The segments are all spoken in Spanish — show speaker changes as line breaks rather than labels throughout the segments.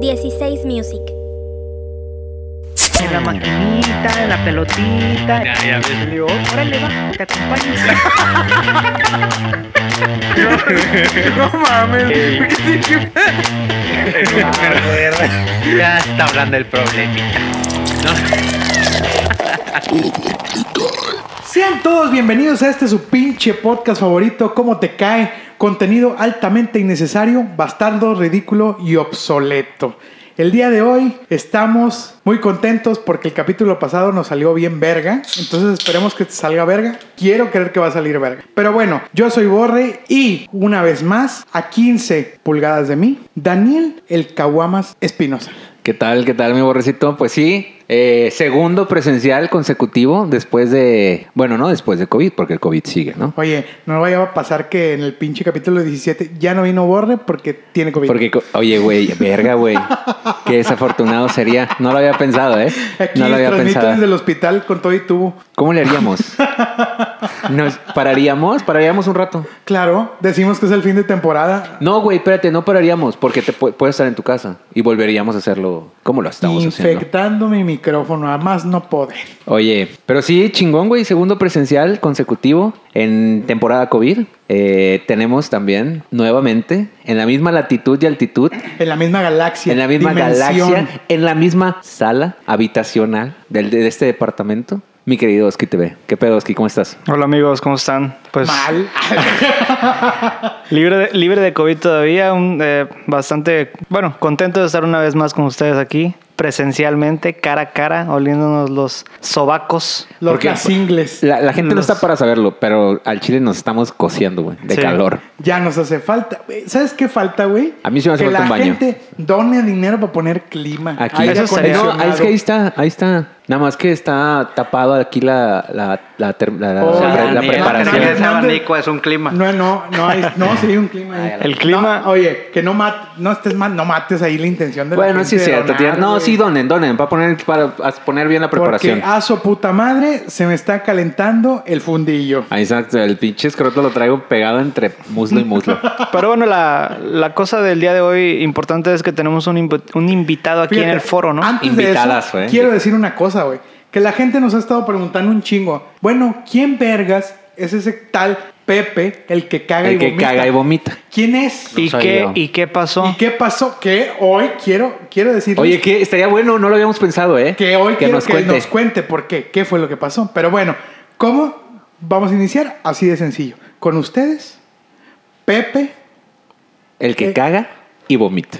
16 Music.
En la maquinita, en la pelotita. Ya, ya, Le digo, órale, va, te acompaño. no, no mames.
Ya está hablando el problemita.
Sean todos bienvenidos a este su pinche podcast favorito, ¿Cómo te cae? Contenido altamente innecesario, bastardo, ridículo y obsoleto. El día de hoy estamos muy contentos porque el capítulo pasado nos salió bien verga. Entonces esperemos que te salga verga. Quiero creer que va a salir verga. Pero bueno, yo soy Borre y una vez más, a 15 pulgadas de mí, Daniel El Caguamas Espinosa.
¿Qué tal? ¿Qué tal, mi borrecito? Pues sí, eh, segundo presencial consecutivo después de. Bueno, no después de COVID, porque el COVID sigue, ¿no?
Oye, no vaya a pasar que en el pinche capítulo 17 ya no vino Borre porque tiene COVID.
Porque, co- oye, güey, verga, güey. Qué desafortunado sería. No lo había pensado, ¿eh?
Aquí
No lo había
transmito
pensado.
desde el hospital con todo y tubo.
¿Cómo le haríamos? ¿Nos pararíamos? ¿Pararíamos un rato?
Claro, decimos que es el fin de temporada.
No, güey, espérate, no pararíamos porque te pu- puedes estar en tu casa y volveríamos a hacerlo como lo estamos haciendo.
infectando mi micrófono, a más no poder.
Oye, pero sí, chingón, güey. Segundo presencial consecutivo en temporada COVID. Eh, tenemos también nuevamente en la misma latitud y altitud,
En la misma galaxia.
en la misma
dimensión.
galaxia, en la misma sala habitacional del, de este departamento. Mi querido Oski TV. ¿Qué pedo, Oski? ¿Cómo estás?
Hola amigos, ¿cómo están? Pues
Mal.
libre de, libre de COVID todavía, un, eh, bastante, bueno, contento de estar una vez más con ustedes aquí, presencialmente, cara a cara, oliéndonos los sobacos.
Los
Porque-
las ingles.
La, la gente no
Los-
está para saberlo, pero al chile nos estamos cociendo, güey, de
Sí.
calor.
Ya nos hace falta. güey. ¿Sabes qué falta, güey?
A mí sí me hace
que
falta
la
un baño.
gente done dinero para poner clima.
Aquí.
aire
Eso estaría-
No,
acondicionado.
ahí es que ahí está, ahí está. Nada más que está tapado aquí la, la, la, ter- la- la-
Oh,
la-
ya,
la
ni-
preparación.
no, no,
No,
no.
es un clima.
No, no, no, hay, no, sí hay un clima. ahí.
El clima,
No, oye, que no, mat- no estés mal, no mates ahí la intención de la
Bueno,
gente
sí es
de
cierto.
donar,
tía. No,
güey.
sí, donen, donen. Para poner, para poner bien la preparación.
Porque a su puta madre se me está calentando el fundillo.
Ah, Exacto, el pinche escroto lo traigo pegado entre muslo y muslo.
pero bueno, la, la cosa del día de hoy importante es que tenemos un, inv- un invitado aquí
Fíjate,
en el foro,
Ah,
¿no?
Antes
Invitadas,
de
güey.
eso, quiero decir una cosa, güey. Que la gente nos ha estado preguntando un chingo. Bueno, ¿quién vergas es ese tal Pepe, el que caga y
el que
vomita?
caga y vomita.
¿Quién es?
¿Y,
soy
qué,
yo.
¿Y qué pasó?
¿Y qué pasó? Que hoy quiero, quiero decir
Oye, que estaría bueno, no lo habíamos pensado, ¿eh?
que hoy quiero que
cuente.
nos cuente por qué, qué fue lo que pasó. Pero bueno, ¿cómo vamos a iniciar? Así de sencillo. Con ustedes, Pepe.
El que
Eh.
caga y vomita.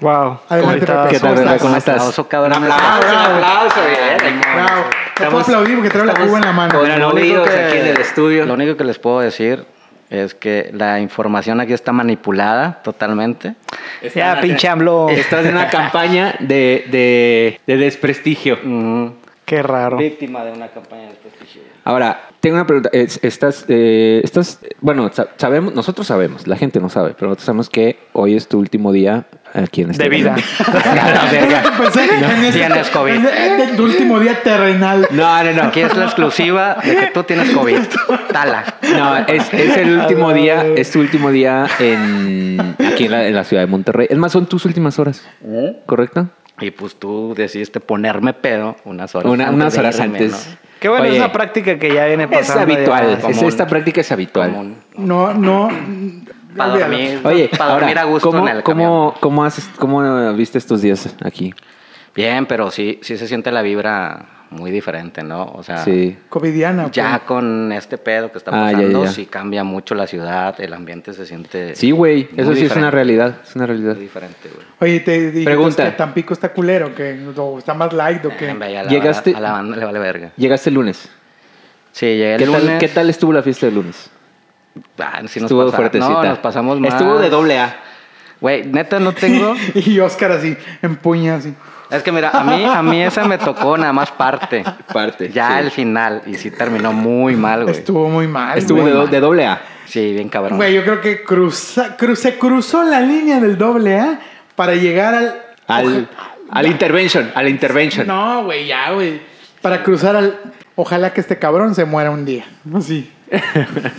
Wow.
Adelante,
ahorita-
¿Qué
Pepe. ¿Cómo
tal, Pepe?
estás?
¿Cómo estás?
Aplauso, cabrón.
Un aplauso,
Un
un
aplauso, bien.
Bravo. No puedo aplaudir porque traigo la
estamos
cuba en la mano.
con el- Aplaudidos aquí en el estudio.
Lo único que les puedo decir es que la información aquí está manipulada totalmente.
Ya, pinche AMLO.
Estás en una campaña de, de, de desprestigio.
Ujú.
Qué raro.
Víctima de una campaña de prestigio.
Ahora, tengo una pregunta. Es- Estás, eh, estás, bueno, sa- sabemos, nosotros sabemos, la gente no sabe, pero nosotros sabemos que hoy es tu último día aquí en este
De vida.
La verga.
Pensé en ese-
tienes COVID.
en- en- en tu último día terrenal.
No, no, no.
Aquí es la exclusiva de que tú tienes COVID. Tala.
No,
eh.
es, es el último día, es tu último día en, aquí en la, en la ciudad de Monterrey. Es más, son tus últimas horas,
¿Eh?
¿correcto?
Y pues tú decidiste ponerme pedo unas horas
Una-
antes.
unas
de
horas
irme,
antes.
¿no?
Qué bueno,
Oye,
es una práctica que ya viene
Es
pasando. ya.
habitual, es-
Común.
esta práctica es habitual.
Como
No, no.
Para
olvídalo.
dormir,
Oye,
para
ahora,
dormir a gusto
¿cómo,
en el camión.
cómo, cómo haces, cómo viste estos días aquí?
Bien, pero sí, sí se siente la vibra muy diferente, ¿no? O sea,
Sí.
Covidiana.
Ya
pues.
con este pedo que está
Ah, ya,
pasando,
ya, ya.
sí cambia mucho la ciudad, el ambiente se siente.
Sí, güey,
muy
eso sí es
diferente,
una realidad, es una realidad.
muy diferente, güey.
Oye, te dije
Pregunta.
que Tampico está culero, que o está más light o
En
que.
Bella, a la-
Llegaste-
A la banda le vale verga.
Llegaste el lunes.
Sí, llegué el
¿Qué,
lunes.
Tal, ¿Qué tal estuvo la fiesta del lunes?
Ah, sí nos
Estuvo
pasa-
fuertecita.
No, nos pasamos más.
Estuvo de doble A.
Güey, neta, no tengo.
Y Oscar así, en puña así.
Es que mira, a mí, a mí esa me tocó nada más parte.
Parte,
Ya
sí.
al final. Y sí terminó muy mal, güey.
Estuvo muy mal.
Estuvo
güey.
de, do- de doble A.
Sí, bien cabrón.
Güey, yo creo que cruza, cru- se cruzó la línea del doble A para llegar al.
Al, al intervention, al intervention.
No, güey, ya, güey. Para cruzar al. Ojalá que este cabrón se muera un día. Así.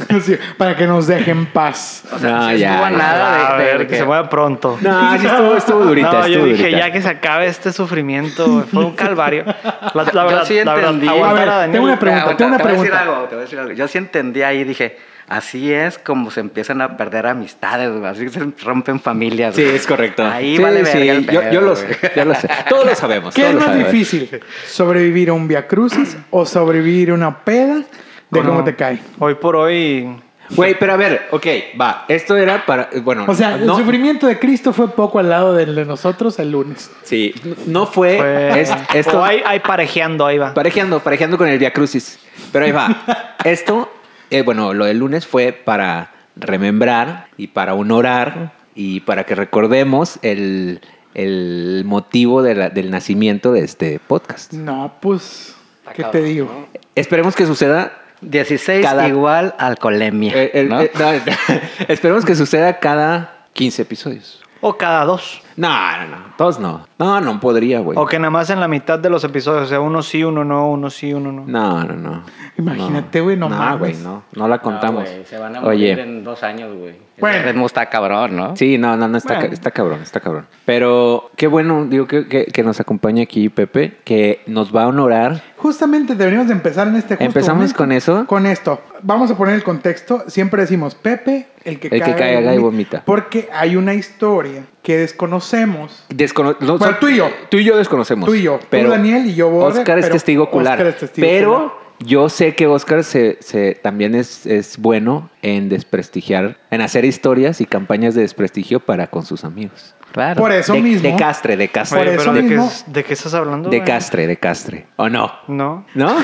Así, para que nos dejen paz.
No,
estuvo a nada. de-
A
de-
ver,
de
que,
que-
se mueva pronto.
No, sí estuvo, estuvo durita.
No, yo
estuvo
dije,
durita.
ya que se acabe este sufrimiento, güey, fue un calvario. La, la
Yo
verdad,
sí
la verdad,
entendí.
aguantar
A ver,
Daniel.
tengo una pregunta,
Aguanta,
tengo una
te voy a decir
pregunta.
algo, te voy a decir algo. Yo sí entendí ahí, dije, así es como se empiezan a perder amistades, güey, así se rompen familias.
Sí,
güey.
es correcto.
Ahí
Sí,
vale
sí,
verga el
yo,
pedo,
yo lo
güey.
sé, yo lo sé. Todos lo sabemos.
¿Qué
todos
es
lo
más
sabemos.
difícil? ¿Sobrevivir a un via crucis o sobrevivir a una peda de
Bueno,
cómo te cae?
Hoy por hoy,
Güey, pero a ver, ok, va. Esto era para. Bueno,
O sea, el
no,
sufrimiento de Cristo fue poco al lado del de nosotros el lunes.
sí, no fue.
fue-
Eh, es- esto,
o hay, hay parejeando, ahí va.
Parejeando, parejeando con el Via Crucis. Pero ahí va. Esto, eh, bueno, lo del lunes fue para remembrar y para honorar y para que recordemos el, el motivo de la- del nacimiento de este podcast.
No, pues, ¿qué te digo?
Esperemos que suceda.
16
Cada-
igual alcoholemia.
eh, el-
¿no?
eh, no, esperemos que suceda cada 15 episodios.
O cada dos.
No, no, no. Todos no. No, no podría, güey.
O que nada más en la mitad de los episodios, o sea, uno sí, uno no, uno sí, uno no.
No, no, no.
Imagínate, güey, no
No,
mames.
güey, no. No la contamos.
No, Ah, güey, se van a
Oye.
morir en dos años, güey.
Bueno.
El ritmo está cabrón, ¿no?
Sí, no, no, no, está,
Bueno.
ca- está cabrón, está cabrón. Pero qué bueno, digo, que, que- que nos acompaña aquí Pepe, que nos va a honorar.
Justamente deberíamos de empezar en este justo
¿Empezamos
momento
con eso?
Con esto. Vamos a poner el contexto. Siempre decimos Pepe, el que
El que
cae
caiga y vomita.
Porque hay una historia que desconocemos.
Descono no,
Bueno, tú y yo.
Tú y yo desconocemos.
Tú y yo. Tú, Daniel, y yo, Borre,
Oscar es
pero
testigo ocular.
Oscar es testigo
pero
ocular.
yo sé que Oscar se, se- también es, es bueno en desprestigiar, en hacer historias y campañas de desprestigio para con sus amigos.
Claro.
Por eso
de,
mismo.
de castre, de
Oye,
castre.
Por eso
pero ¿de qué,
mismo-
es- ¿de qué estás hablando?
De
güey?
castre, de castre. ¿O no?
No,
¿No?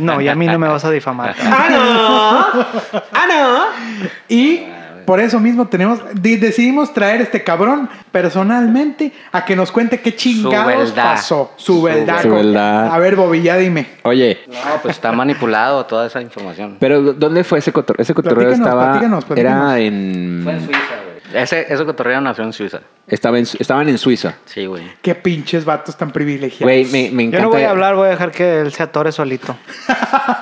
no, y a mí no me vas a difamar.
Y por eso mismo tenemos de- decidimos traer este cabrón personalmente a que nos cuente qué chingados
beldad.
pasó. Su
Su
beldad.
beldad.
A ver, Bobby, ya dime.
Oye,
No, pues está manipulado toda esa información.
Pero ¿dó- ¿dónde fue ese cotorreo? Ese cotorreo
Platícanos,
estaba
platícanos, platícanos.
era en,
Fue en Suiza, güey. Ese, ese cotorreo nació en Suiza.
estaba en Su- estaban en Suiza.
Sí, güey.
Qué pinches vatos tan privilegiados.
Güey, me, me encanta.
Yo no voy a hablar, voy a dejar que él se atore solito.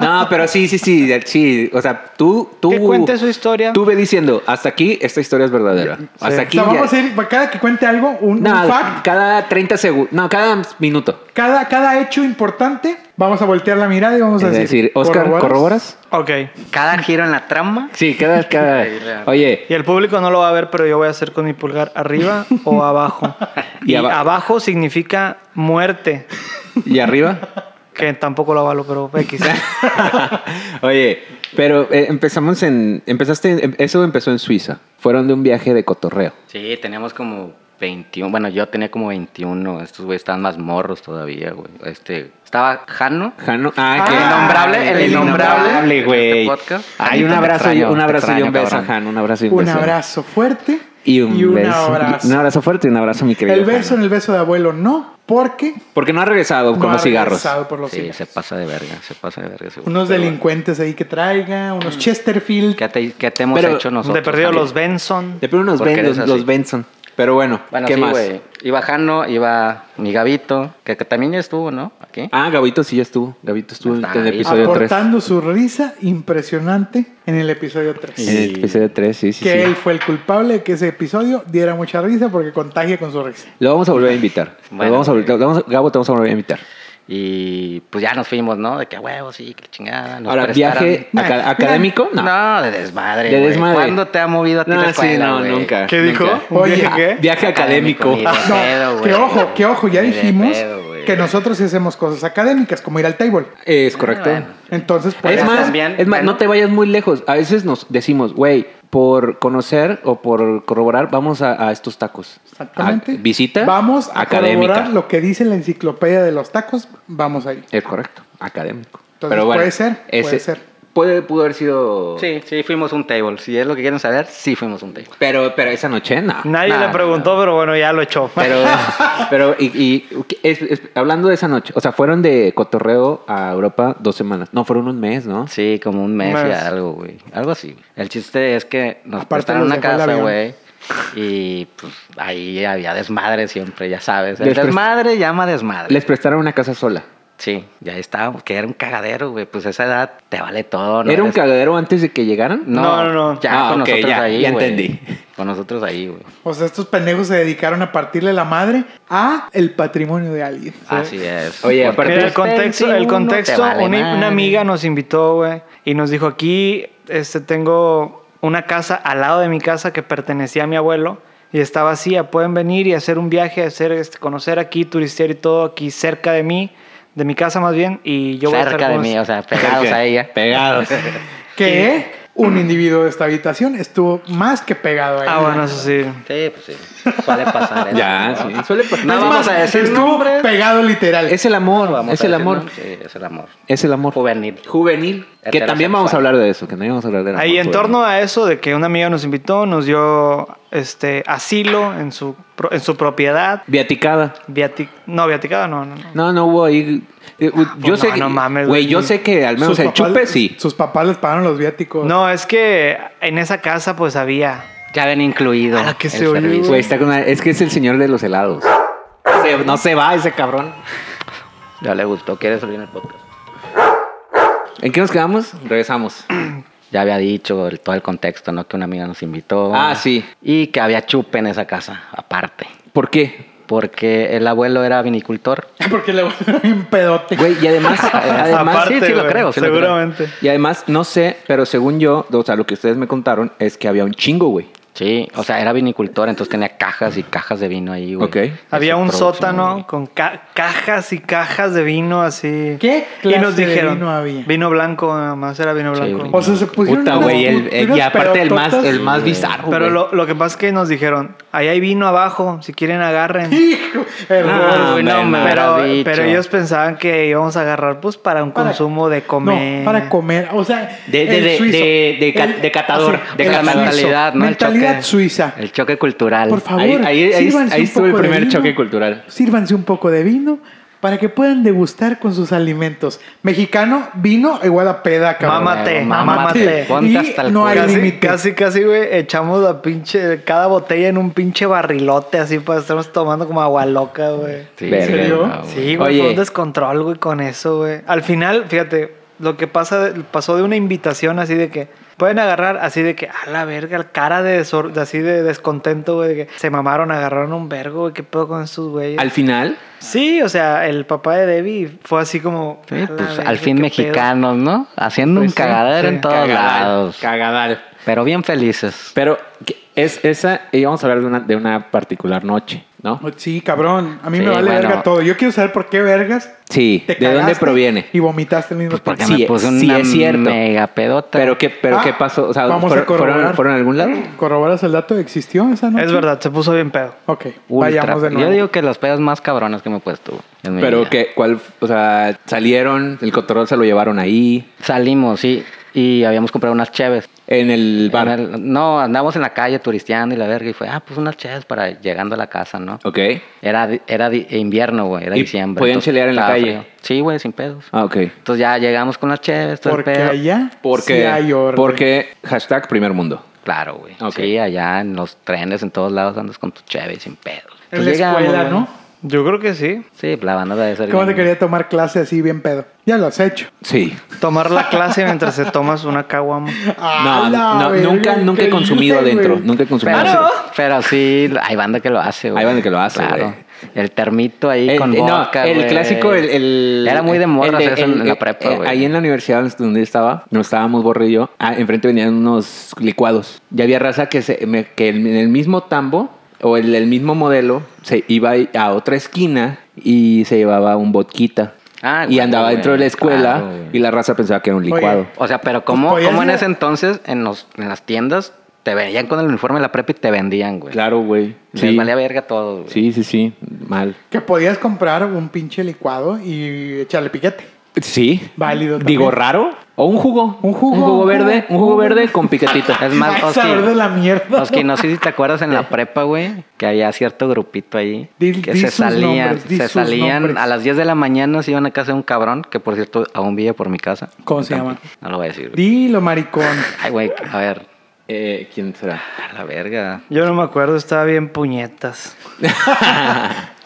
No, pero sí, sí, sí, de- sí, o sea, tú tú
Que cuente su historia.
Tú ve diciendo, hasta aquí esta historia es verdadera. Hasta
O
aquí.
sea,
ya-
vamos a ir, cada que cuente algo, un, un
No,
fact,
cada 30 segundos, no, cada minuto.
cada, cada hecho importante, vamos a voltear la mirada y vamos a
Es
decir,
decir, Oscar, ¿corroboras?
Ok.
Cada giro en la trama.
Sí, cada cada
Sí, real.
Oye,
Y el público no lo va a ver, pero yo voy a hacer con mi pulgar arriba o abajo.
Y
Y,
aba-
abajo significa muerte,
¿y arriba?
que tampoco lo avalo, pero X.
Oye, pero eh, empezamos en empezaste en- eso empezó en Suiza. Fueron de un viaje de cotorreo.
Sí, teníamos como 21. Bueno, yo tenía como 21. Estos güeyes estaban más morros todavía, güey. Este, estaba Jano.
Jano,
Ah,
ah,
El
que-
innombrable, el
el
innombrable.
innombrable, güey.
en este podcast.
Hay un
Te
abrazo, y,
extraño,
un
te
abrazo y
extraño,
un beso,
cabrón.
Han, un abrazo y un,
un
beso.
abrazo fuerte
Y un, beso.
abrazo.
Un abrazo fuerte y un abrazo, mi querido.
el beso en
Han.
el beso de abuelo no, porque
Porque no ha regresado
no
con
ha
los cigarros.
regresado por los
Sí,
cigarros.
se pasa de verga, se pasa de verga. ese güey.
Unos
Pero
delincuentes ahí que traiga,
Mm.
unos
bueno,
Chesterfield.
¿Qué te, qué te hemos
Pero,
hecho nosotros?
De perdido
también?
los Benson.
De pronto unos
Porque
ben- los,
eres así.
los Benson. Pero bueno,
Bueno,
¿qué
sí,
más?
güey. Iba Jano, iba mi Gabito, que, que también ya estuvo, ¿no? Aquí.
Ah, Gabito sí ya estuvo. Gabito estuvo en
Está
el
ahí.
episodio 3.
aportando su risa impresionante en el episodio 3.
En el episodio 3, sí, sí,
que
sí.
él fue el culpable de que ese episodio diera mucha risa porque contagia con su risa.
Lo vamos a volver a invitar. Lo
Bueno,
vamos a,
güey.
lo vamos a- Gabo, te vamos a volver a invitar.
Y pues ya nos fuimos, ¿no? De que huevos, sí, que chingada. Nos
Ahora,
prestaran-
viaje
Nah,
aca-
nah.
académico, no.
No. de desmadre.
De
güey.
desmadre.
¿Cuándo te ha movido a ti
No,
la
sí,
escuela,
no,
güey? Ah,
nunca.
¿Qué dijo?
nunca.
¿Un
Oye,
viaje qué?
Viaje académico.
Ni de
Ah, No,
pedo,
que
güey.
ojo, que ojo, ya
Ni de
dijimos
pedo, güey.
que nosotros sí hacemos cosas académicas, como ir al table.
Es correcto.
bueno.
Entonces, por
Es
Pero
eso-
más,
también,
es más
bueno.
no te vayas muy lejos. A veces nos decimos, güey, por conocer o por corroborar, vamos a, a estos tacos.
exactamente.
A- visita
Vamos a corroborar
académica.
lo que dice la enciclopedia de los tacos. Vamos ahí.
Es correcto, académico.
Entonces, puede ser, puede ser.
puede- pudo haber sido...
Sí, sí, fuimos un table. Si es lo que quieren saber, sí fuimos un table.
Pero, pero esa noche, no.
Nadie
No,
le
no,
preguntó, pero bueno, ya lo echó.
no. Pero, pero y, y- es- es- hablando de esa noche, o sea, fueron de cotorreo a Europa dos semanas. No, fueron un mes, ¿no?
Sí, como un mes, y
Mes.
algo, güey. Algo así. güey. El chiste es que nos
Aparte
prestaron una
nos dejó el
casa,
avión.
güey. Y pues ahí había desmadre siempre, ya sabes. El
Les prest-
desmadre llama desmadre.
Les prestaron una casa sola.
Sí, ya estábamos, que era un cagadero, güey. Pues a esa edad te vale todo, ¿no?
¿Era un
Eres-
cagadero antes de que llegaran?
No,
No,
no,
no, no.
Ya
Ah,
con
ok,
nosotros
ya,
ahí,
ya
güey.
entendí.
Con nosotros ahí, güey.
O sea, estos pendejos se dedicaron a partirle la madre a el patrimonio de alguien.
Ah,
Así es.
Oye,
Porque
aparte-
Mira, el
eres
contexto, el
21,
contexto
te vale
una, una
madre.
amiga nos invitó, güey, y nos dijo, aquí este, tengo una casa al lado de mi casa que pertenecía a mi abuelo y está vacía, pueden venir y hacer un viaje, hacer, este, conocer aquí, turistear y todo, aquí cerca de mí, de mi casa más bien, y yo voy a estar
cerca de
con
mí,
los-
o sea, pegados a ella.
Pegados.
Que un individuo de esta habitación estuvo más que pegado a él.
Ah, bueno, eso sí.
Sí, pues sí. Suele pasar. eso,
ya,
¿no?
sí. Suele pasar.
No,
Es
vamos
más,
a decir
estuvo
nombres.
pegado literal.
Es el amor,
Vamos
es
a
el
decir,
amor.
¿no? Sí, es el amor.
Es el amor.
Juvenil.
Juvenil. Que también
Heterosexual.
vamos a hablar de eso, que también vamos a hablar de
Ahí en torno a eso de que una amiga nos invitó, nos dio este asilo en su pro- en su propiedad,
Viaticada.
viati- no viaticada, no, no, no.
No, no hubo ahí. eh, u- Yo
pues
sé
no,
que.
no mames,
Güey,
güey.
yo sé que al menos
Sus
el
papás-
chupe sí.
Sus papás les pagaron los viáticos.
No, es que en esa casa pues había
Ya ven incluido.
Ah, que
el
se oyó.
servicio.
Güey, está con una- Es que es el señor de los helados. Se- no se va ese cabrón.
Ya le gustó. Quiere salir en el podcast.
¿En qué nos quedamos? Regresamos.
Ya había dicho el- todo el contexto, ¿no? Que una amiga nos invitó.
Ah, sí.
Y que había chupe en esa casa, aparte.
¿Por qué?
Porque el abuelo era vinicultor.
Porque le volvieron un pedote.
Güey, y además. además
Aparte,
sí, sí lo
güey,
creo, sí lo creo.
seguramente.
Y además, no sé, pero según yo, o sea, lo que ustedes me contaron es que había un chingo, güey.
Sí, o sea, era vinicultor, entonces tenía cajas y cajas de vino ahí, güey.
Ok.
De
Había
su
un
producción,
sótano
güey.
con ca- cajas y cajas de vino así.
¿Qué
y nos
clase de
dijeron,
vino había?
Vino blanco, nada más era vino
Sí,
blanco.
güey.
O sea, se pusieron
Puta,
unas-
güey. el- el-
unas
Y aparte, el más,
pedototas.
el más
Sí, güey.
bizarro.
Pero
güey.
lo, lo que pasa es que nos dijeron, ahí hay vino abajo, si quieren agarren.
Hijo, error.
Ah,
Uy, no
hombre,
me
pero,
habrás dicho.
pero ellos pensaban que íbamos a agarrar pues para un
Para-
consumo de comer.
No, para comer. O sea,
De- de-
el
de-
suizo.
de- de ca-
El-
de catador,
así,
de
el
catador.
suizo.
Mentalidad, ¿no? El choque.
Mentalidad suiza.
El choque cultural.
Por favor,
Ahí- ahí- ahí-
sírvanse
ahí
un
estuvo el
poco de
primer
vino,
choque cultural.
Sírvanse un poco de vino para que puedan degustar con sus alimentos. Mexicano, vino igual a peda, cabrón.
Mámate,
mámate.
mámate.
Ponte hasta el
Y no hay
culo.
Casi,
límite.
casi, casi, güey, echamos la pinche, cada botella en un pinche barrilote así para estarnos tomando como agua loca, güey.
Sí,
¿En
serio?
no, güey.
Sí, güey, pues,
Oye.
fue un descontrol, güey, con eso, güey. Al final, fíjate, lo que pasa, pasó de una invitación así de que pueden agarrar, así de que, a la verga, cara de, desor- de así de descontento, güey, de que se mamaron, agarraron un vergo, güey, qué pedo con estos güeyes.
Al final,
Sí, o sea, el papá de Debbie fue así como.
Sí,
"A la
pues
verga,
al fin
qué
mexicanos, ¿no? Haciendo
Pues
un
sí,
cagadero
sí.
en todos
cagadal,
lados.
Cagadal.
Pero bien felices.
Pero que es esa, y vamos a hablar de una, de una particular noche, ¿no?
Sí, cabrón. A mí
Sí,
me vale
bueno.
verga todo. Yo quiero saber por qué vergas
Sí,
te
¿de dónde
cagaste
proviene? Pues,
Y vomitaste el mismo
Pues, Porque
Sí,
me puse
sí,
una
es cierto.
mega pedota.
¿Pero qué, pero
Ah,
qué pasó? O sea,
vamos a
¿fueron, fueron-
corroborar.
fueron a algún lado?
¿Corroboras el dato? ¿Existió esa
pedo".
noche?
Es verdad, se puso bien pedo.
Ok,
Ultra-
vayamos de nuevo.
Yo digo que los pedos más cabrones que me he puesto. en mi
Pero
vida.
que, ¿cuál? O sea, salieron, el cotorrol se lo llevaron ahí,
Salimos, sí. Y habíamos comprado unas cheves.
en el bar.
En el- no, andamos en la calle turisteando y la verga. Y fue, ah, pues unas cheves para llegando a la casa, ¿no?
Ok.
Era, di- era di- invierno, güey. Era
¿Y
diciembre.
podían
entonces
chelear en la
estaba
calle?
Sí, güey, sin pedos.
Ah, ok.
Entonces ya llegamos con las cheves, todo el
Porque
pedo.
allá
Porque,
sí hay orden.
porque hashtag primer mundo.
Claro, güey.
Ok.
Sí, allá en los trenes, en todos lados andas con tu cheve sin pedo.
En
Entonces
la
llegamos,
escuela,
Pues güey.
¿no?
Yo creo que sí.
Sí, la banda debe ser.
¿Cómo te
bien-
quería tomar clase así bien pedo? Ya lo has hecho.
Sí.
Tomar la clase mientras te tomas una caguama.
No,
¡A la
no,
verga!
nunca, nunca he
Increíble,
consumido
güey.
adentro. Nunca he consumido
Pero,
adentro.
sí, pero sí, hay banda que lo hace, güey.
Ah, Hay banda que lo hace,
Claro.
güey.
El termito ahí
El-
con
eh, no,
vodka,
el
güey.
clásico, el, el-
Era muy de morras
el de-
eso en
el-
la
eh,
prepa,
eh,
güey.
ahí en la universidad donde estaba, no estábamos Borre y yo, ah, enfrente venían unos licuados. Ya había raza que, se, me- que en el mismo tambo o el, el mismo modelo se iba a otra esquina y se llevaba un vodquita.
Ah,
y
güey,
andaba
güey,
dentro de la escuela
claro, güey.
y la raza pensaba que era un licuado.
Oye,
O sea, pero ¿cómo,
Pues podías
cómo en
ir a-
ese entonces en, los, en las tiendas te veían con el uniforme de la prepa y te vendían, güey?
Claro, güey.
Les
Sí.
valía verga todo, güey.
sí, sí, sí. Mal.
Que podías comprar un pinche licuado y echarle piquete.
Sí.
Válido también.
Digo, raro. O un jugo.
Un jugo,
Un
un
jugo
jugo,
verde. Un jugo verde con piquetito.
Es
Ay,
más, Oski,
sabor de la mierda.
Oski, no sé si te acuerdas en la prepa, güey, que había cierto grupito ahí
Di-
que
di
se
sus
salían,
nombres, di
se
sus
salían
nombres.
a las 10 de la mañana se iban a casa de un cabrón, que por cierto aún vive por mi casa.
¿Cómo se llama?
No lo voy a decir. güey.
Dilo, maricón.
Ay, güey, a ver,
Eh, ¿Quién será?
a la verga.
Yo no me acuerdo, estaba bien puñetas.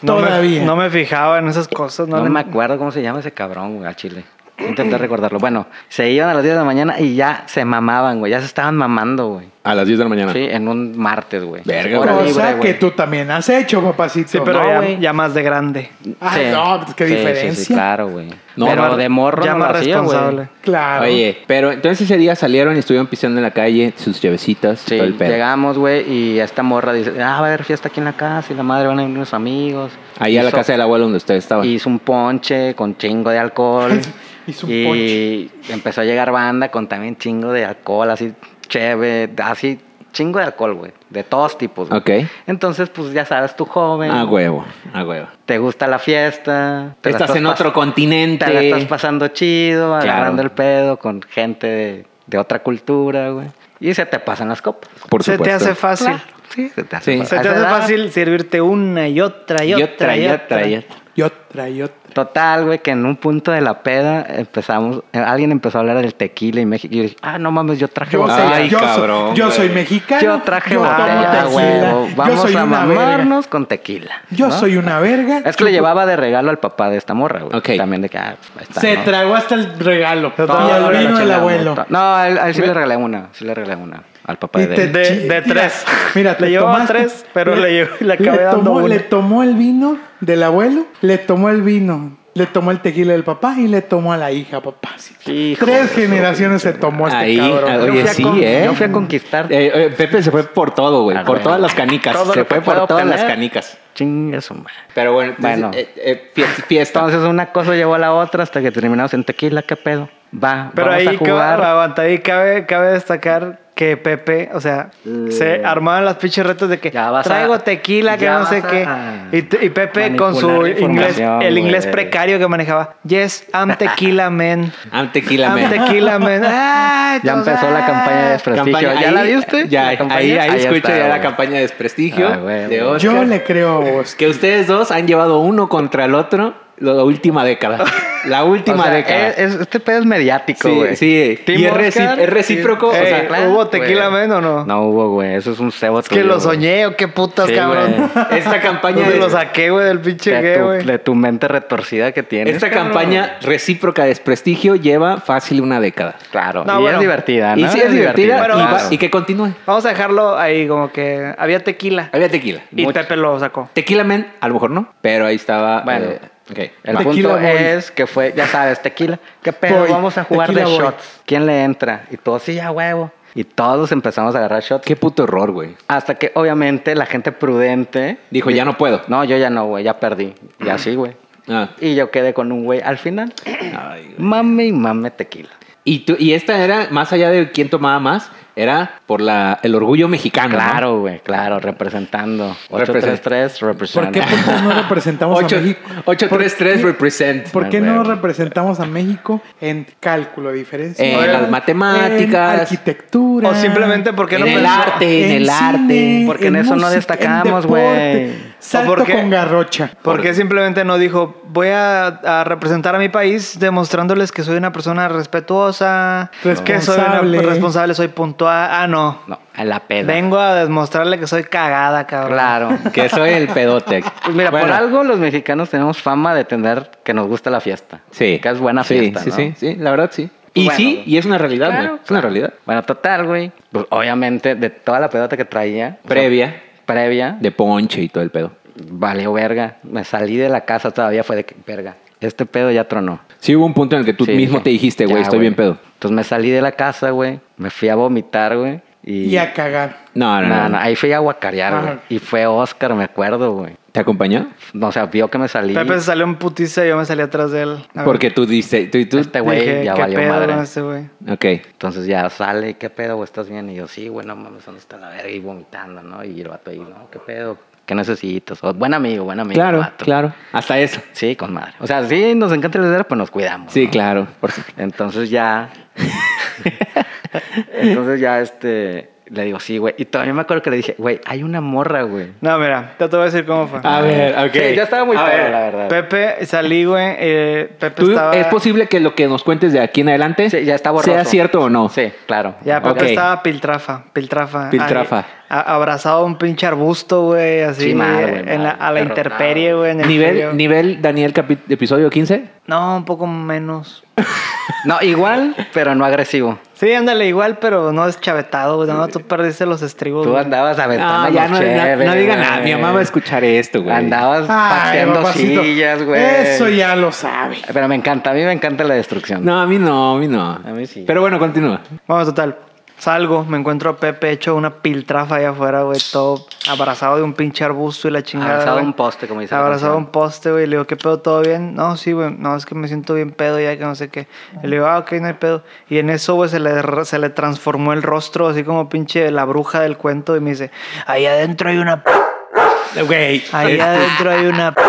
No me-
Todavía.
no me fijaba en esas cosas. No,
No, me acuerdo cómo se llama ese cabrón, güey, al chile. Intenté recordarlo. Bueno, se iban a las 10 de la mañana y ya se mamaban, güey. Ya se estaban mamando, güey.
A las 10 de la mañana.
Sí, en un martes, güey.
Verga,
Hora
güey.
Cosa
libre,
que
güey.
tú también has hecho, papacito.
Sí, pero
No,
ya,
güey.
ya más de grande.
Ah,
Sí.
no, pues, qué
Sí, sí, sí,
diferencia.
claro, güey.
No,
pero
más-
de morro
ya
no lo
más
hacía, güey.
responsable.
Claro.
Oye, pero entonces ese día salieron y estuvieron pisando en la calle sus llavecitas,
Sí,
todo el pedo.
llegamos, güey, y esta morra dice, ah, va a haber fiesta aquí en la casa y la madre van a venir unos amigos.
Ahí a la
Hizo-
casa del abuelo donde usted estaba.
Hizo un ponche con chingo de alcohol.
Hizo un
y empezó a llegar banda con también chingo de alcohol, así chévere, así chingo de alcohol, güey. De todos tipos. güey.
Ok. Ah,
Entonces, pues ya sabes, tú joven.
A huevo, a huevo.
Te gusta la fiesta. te la
Estás en
pas-
otro continente.
Te la estás pasando chido,
Claro.
agarrando el pedo con gente de, de otra cultura, güey. Y se te pasan las copas.
Por
Se te
supuesto.
hace fácil.
Sí, se te
Sí.
hace
Se te hace fácil servirte una y otra y
Y
otra
otra, y otra, y otra.
Y otra, y otra.
Total, güey, que en un punto de la peda empezamos, eh, alguien empezó a hablar del tequila y México. Y yo dije, ah, no mames, yo traje
Yo,
botella.
Ay,
soy, yo,
cabrón,
soy, yo
güey.
soy mexicano.
yo traje
tomo
botella,
tequila,
a huevo.
yo soy
Vamos a
una verga.
mamarnos con tequila.
Yo
¿no?
soy una verga.
Es que le llevaba de regalo al papá de esta morra, güey.
Ok.
También de que, ah, ahí está,
Se
¿no?
tragó hasta el regalo.
Todo
y
lo
el vino del
chingamos,
abuelo.
todo. No, a él, a él sí le regalé una. Sí le regalé una al papá
Y
de
te
él.
De-
chi-
de
mira,
tres.
Mira, te
Le llevaba
tomaste-
tres, pero le llevó- le acabé dando
tomó,
una.
le tomó el vino del abuelo, le tomó el vino, le tomó el tequila del papá y le tomó a la hija, papá. Sí.
Hijo de
tres
su
generaciones se tomó este
Ahí,
cabrón.
ah,
Yo
oye,
fui a
sí,
con-
¿eh?
yo fui a conquistar.
Eh, eh, Pepe se fue por todo, güey.
Ah,
por
güey.
todas las canicas.
Todo
se
lo que
fue por
pueda
todas las
obtener.
canicas.
Chinga su madre.
Pero bueno, entonces,
Bueno.
eh, eh, fiesta. fiesta.
Entonces una cosa llevó a la otra hasta que terminamos en tequila, ¿qué pedo? Va,
Pero
vamos
ahí,
a jugar.
cabe, aguanta, ahí cabe, cabe destacar que Pepe, o sea, se armaban las pinches retos de que
Eh. Ya vas a-
traigo tequila, que
ya
no sé
vas
qué.
a
Y, te- y Pepe
manipular
con su
la
inglés,
información,
el inglés
güey.
precario que manejaba. Yes, I'm tequila man.
Ah, tequila,
I'm
man.
tequila man. Ay,
Ya
entonces,
empezó la
ah.
campaña de desprestigio.
Campaña-
¿Ya
ahí-
la viste?
Ya,
¿La
ahí,
campaña?
ahí,
Ahí
escucho
está,
ya la
güey.
campaña de desprestigio
Ah, güey,
de
güey.
Oscar.
Yo le creo a vos.
Pues Que ustedes dos han llevado uno contra el otro la última década. La
O
última
sea,
década.
es- es- este pedo es mediático,
Sí,
güey.
sí.
Team
Y es reci-
Oscar,
es recíproco,
o sea, Eh, ¿hubo
güey.
tequila man o no?
No hubo, güey. Eso es un cebo
Es que lo soñé, o qué putas,
eh,
cabrón.
Esta campaña
¿Dónde
de-
lo saqué, güey, del pinche
De
gay,
tu,
güey?
de tu mente retorcida que tienes.
Esta
cabrón.
campaña recíproca de desprestigio lleva fácil una década.
Claro.
No,
y
bueno.
es divertida, ¿no?
Y sí, es divertida.
Pero
y,
vamos-
va- y que continúe.
Vamos a dejarlo ahí como que había tequila.
Había tequila.
Y
Mucho.
Pepe lo sacó.
Tequila Men, a lo mejor no, pero ahí estaba.
Bueno.
eh, ok,
El
va.
punto
Tequila voy.
es que fue, ya sabes, tequila. ¿Qué pedo?
Voy.
Vamos a jugar
Tequila
de
voy.
shots. ¿Quién le entra? Y todos, sí, a huevo. Y todos empezamos a agarrar shots.
Qué puto error, güey.
Hasta que, obviamente, la gente prudente...
Dijo, ya no puedo.
No, yo ya no, güey. Ya perdí. Y así, güey.
Ah.
Y yo quedé con un güey al final.
Ay, güey.
Mame y mame tequila.
y, tú- y esta era, más allá de quién tomaba más, era por la, el orgullo mexicano.
Claro, güey, claro, representando.
Represent-
833
¿Por
representando.
qué putas no representamos a México? ¿Por
833
qué-
represent.
¿Por qué
Ah,
no
güey.
representamos a México en cálculo de diferencia?
En las matemáticas.
En arquitectura.
O simplemente porque no
en el
pensó-
arte, en, el arte.
Porque en eso no destacamos, güey. ¿O
Salto
por qué?
con garrocha.
Porque simplemente no dijo, voy a, a representar a mi país demostrándoles que soy una persona respetuosa, que soy una-
Responsable.
responsable, soy puntual. Ah, no.
No, a la peda.
Vengo a demostrarle que soy cagada, cabrón.
Claro.
Que soy el pedote.
Pues mira, por
Bueno,
algo los mexicanos tenemos fama de tener que nos gusta la fiesta.
Sí.
Que es buena
sí,
fiesta.
Sí,
¿no?
sí, sí, la verdad sí. Y
Bueno,
sí,
güey.
y es una realidad, güey.
Claro,
Es una realidad.
Bueno, total, güey. Pues obviamente, de toda la pedota que traía. o sea,
Previa,
previa.
de ponche y todo el pedo.
Valió verga. Me salí de la casa todavía, fue de que, verga. Este pedo ya tronó.
Sí hubo un punto en el que tú
Sí,
mismo
dije,
te dijiste, güey,
ya,
estoy bien pedo.
Entonces me salí de la casa, güey. Me fui a vomitar, güey. Y,
Y a cagar.
No, no,
No,
no.
no, ahí fui a guacarear,
Ajá.
güey. Y fue Oscar, me acuerdo, güey.
¿Te acompañó?
O sea, vio que me salí.
Pepe se salió en putiza y yo me salí atrás de él. A ver,
Porque tú diste, tú, tú,
Este güey
dije,
ya
"¿Qué
valió
pedo
madre.
con este güey?".
ok.
Entonces ya sale, ¿qué pedo, güey? ¿Estás bien? Y yo, sí, güey, no mames, ¿dónde está la verga? Y vomitando, ¿no? Y el vato ahí, no, ¿qué pedo? ¿Qué necesitas? O, buen amigo, buen amigo. el
Claro,
vato.
claro. Hasta eso.
Sí, con madre. O sea, sí, nos encanta el dinero, pero nos cuidamos.
Sí,
¿no?
claro. Por su-
Entonces ya. Entonces ya, este. Le digo, sí, güey. Y todavía me acuerdo que le dije, güey, hay una morra, güey.
No, mira, ya te voy a decir cómo fue.
Ah.
A ver, ok.
Sí, yo estaba muy
A
pedo,
ver,
la verdad.
Pepe, salí, güey. eh, Pepe
tú-
estaba...
¿Es posible que lo que nos cuentes de aquí en adelante
Sí, ya está borroso.
sea cierto o no?
Sí, claro.
Ya, pues- Pepe
Ok.
estaba piltrafa, piltrafa.
Piltrafa.
Ay, a- abrazado a un pinche arbusto, güey, así
Sí, mal, güey,
en la-
mal,
a la
derrotado.
intemperie, güey. en el frío.
Nivel, nivel Daniel capi- episodio 15.
No, un poco menos.
No, igual, pero no agresivo.
Sí, ándale igual, pero no es chavetado, güey. No, tú perdiste los estribos.
Tú
güey.
andabas aventando.
No, Ah, ya no,
digas
no, no diga nada. Mi mamá va a escuchar esto, güey.
Andabas
Ay,
pateando
papacito,
sillas, güey.
Eso ya lo sabe.
Pero me encanta, a mí me encanta la destrucción.
No, a mí no, a mí no.
A mí sí.
Pero bueno, continúa.
Bueno, total. Salgo, me encuentro a Pepe hecho una piltrafa allá afuera, güey, todo abrazado de un pinche arbusto y la chingada.
Abrazado a
güey.
un poste, como dice la
Abrazado a
canción.
un poste, güey. Le digo, ¿qué pedo? ¿Todo bien? No, sí, güey. No, es que me siento bien pedo ya que no sé qué. Y le digo, ah, ok, no hay pedo. Y en eso, güey, se le, r- se le transformó el rostro, así como pinche la bruja del cuento. Y me dice, ahí adentro hay una. p-
Güey.
Ahí adentro hay una. p-".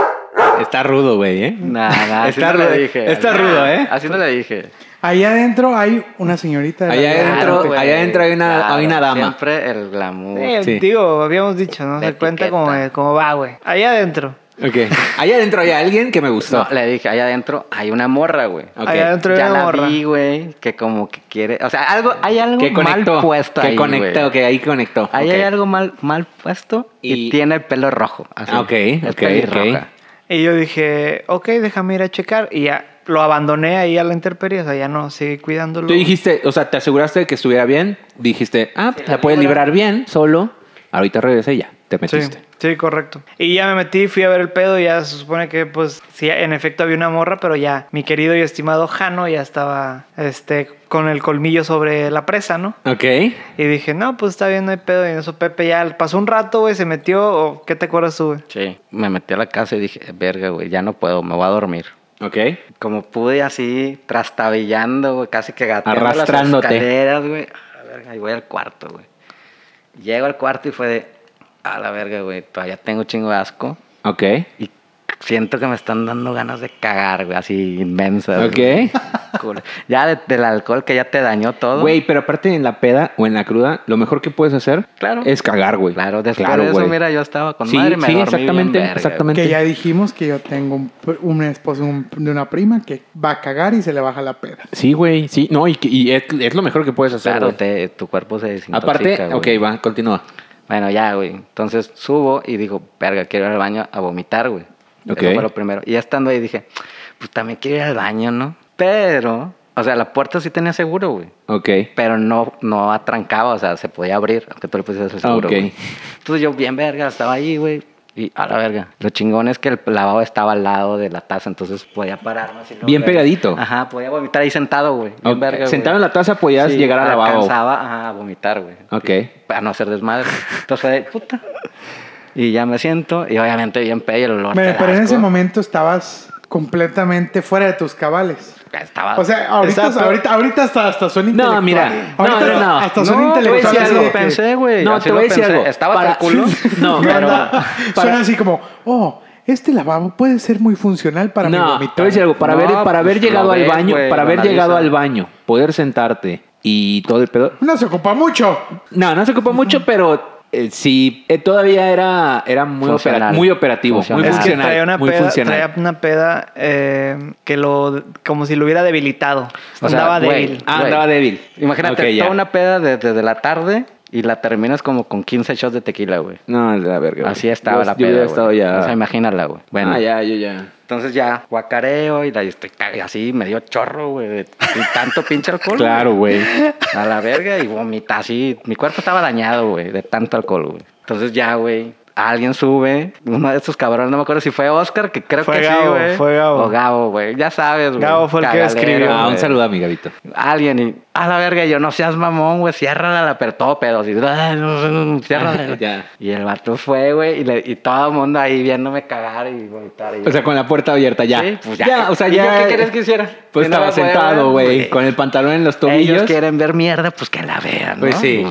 Está rudo, güey, ¿eh?
Nada, nada.
Está
así no
rudo,
le dije.
está rudo, ¿eh?
Así no le dije.
Allá adentro hay una señorita. de la-
Allá adentro-
güey,
allá adentro hay una- hay una dama.
Siempre el glamour.
Eh,
Sí.
Digo, habíamos dicho, ¿no?
La
Se cuenta como, eh,
etiqueta.
como va, güey. Ahí adentro.
Ok. Allá adentro hay alguien que me gustó.
No, le dije, allá adentro hay una morra, güey.
Ok.
Ahí adentro hay
ya
una
la
morra.
vi, güey, que como que quiere, o sea, algo, hay algo
que conectó.
mal puesto
que
ahí,
conectó,
güey.
ok, ahí conectó.
Ahí
ok.
hay algo mal, mal puesto y,
Y-
tiene el pelo rojo. así.
Ah, ok,
Es
ok,
pelirroja.
ok.
Y yo dije, ok, déjame ir a checar. Y ya lo abandoné ahí a la intemperie, o sea, ya no seguí cuidándolo.
Tú dijiste, o sea, te aseguraste de que estuviera bien. Dijiste, ah, pues la puedes librar bien, solo. Ahorita regresa y ya, te
Sí,
metiste.
sí, correcto. Y ya me metí, fui a ver el pedo, y ya se supone que, pues, sí, en efecto había una morra, pero ya mi querido y estimado Jano ya estaba, este, con el colmillo sobre la presa, ¿no?
Ok.
Y dije, no, pues está bien, no hay pedo. Y en eso Pepe ya pasó un rato, güey, se metió, o ¿qué te acuerdas tú, güey?
Sí, me metí a la casa y dije, verga, güey, ya no puedo, me voy a dormir.
Ok.
Como pude así, trastabillando, güey, casi que gateando
Arrastrándote.
las escaleras, güey. A la verga, y voy al cuarto, güey. Llego al cuarto y fue de, a la verga, güey, todavía tengo un chingo de asco.
Ok.
Y siento que me están dando ganas de cagar, güey, así inmensas.
Ok.
güey. Cool. Ya de- del alcohol que ya te dañó todo.
Güey, pero aparte en la peda o en la cruda, lo mejor que puedes hacer
Claro.
es cagar, güey.
Claro, después
Claro,
de eso,
güey.
mira, yo estaba con
Sí,
madre y me
sí,
dormí bien
exactamente,
verga, güey.
exactamente.
Que ya dijimos que yo tengo un, pr- un esposo un- de una prima que va a cagar y se le baja la peda.
Sí, güey. Sí, no, y, que- y es, es lo mejor que puedes hacer.
Claro,
güey.
te- tu cuerpo se desintoxica,
Aparte, ok,
güey.
va, continúa.
Bueno, ya, güey. Entonces subo y digo, verga, quiero ir al baño a vomitar, güey.
Ok.
Eso fue lo primero. Y ya estando ahí dije, pues también quiero ir al baño, ¿no? Pero, o sea, la puerta sí tenía seguro, güey.
Ok.
pero no, no atrancaba, o sea, se podía abrir, aunque tú le pusieras el seguro.
Ok.
güey. Entonces yo bien verga, estaba ahí, güey. Y a la verga. Lo chingón es que el lavabo estaba al lado de la taza, entonces podía pararme. así, luego,
Bien
verga.
pegadito.
Ajá, podía vomitar ahí sentado, güey. Bien
Ok,
verga, güey.
sentado en la taza podías
Sí,
llegar al lavabo.
Alcanzaba ajá, a vomitar, güey.
Ok.
Para no hacer desmadre. Entonces fue de puta. Y ya me siento, y obviamente bien pedo y el
Ah,
olor.
Me-
te da
pero en ese
asco.
momento estabas completamente fuera de tus cabales.
Estaba.
O sea, ahorita,
Está-
ahorita, ahorita hasta, hasta suena
No,
intelectual.
mira. No,
Ahorita
no, no.
Hasta suena
No, te voy a
intelectual.
decir
así
algo.
de que-
Pensé, güey.
No,
así
te
lo
voy a decir
pensé.
algo.
Estaba
Para-
para culo.
No,
¿Qué
pero-
onda? Suena así como, oh, este lavabo puede ser muy funcional para mi
no,
vomitar.
te voy a decir algo. Para
No,
haber, para haber
pues,
llegado
lo
al
ves,
baño,
güey,
para
lo
haber llegado al
analiza.
baño, poder sentarte y todo el pedo.
No se ocupa mucho.
No, no se ocupó mucho, pero eh, sí, eh, todavía era, era muy,
Funcional.
opera- muy operativo,
Funcional.
muy
Es que
funcional.
traía una
muy
peda,
funcional.
traía una peda eh, que lo, como si lo hubiera debilitado.
O sea,
Andaba
güey,
débil.
Ah,
Güey.
andaba débil.
Imagínate
Ok, ya.
toda una peda de- desde la tarde y la terminas como con 15 shots de tequila, güey.
No, la verga. güey.
Así estaba
Yo-
la
yo
peda.
hubiera
güey.
estado ya.
O sea, imagínala, güey. Bueno,
Ah, ya, yo ya.
entonces ya guacareo y la- y estoy ca- y así medio chorro, güey. de- Y tanto pinche alcohol.
Claro, güey.
güey. A la verga y vomita así. Mi cuerpo estaba dañado, güey, de tanto alcohol, güey. Entonces ya, güey. Alguien sube, uno de estos cabrones, no me acuerdo si fue Oscar, que creo
Fue
que sí,
Gabo,
güey.
fue Gabo.
O Gabo, güey. Ya sabes, güey.
Gabo fue el que escribió.
Ah, un
güey
saludo a mi Gabito.
alguien y a la verga, yo no seas mamón, güey, ciérrala la per todo pedo, así, "Ah, no, no, no, ciérrala".
Ya.
Y el vato fue, güey, y, le- y todo el mundo ahí viéndome cagar y vomitar. y-
O sea, con la puerta abierta ya.
Sí, pues
ya.
ya.
o sea,
¿Y yo
ya.
qué querías que hiciera?
Pues
Que no
estaba
la podía
sentado,
ver,
güey,
güey.
con el pantalón en los
ellos
tobillos.
quieren ver mierda, pues que la vean, ¿no?
Pues sí.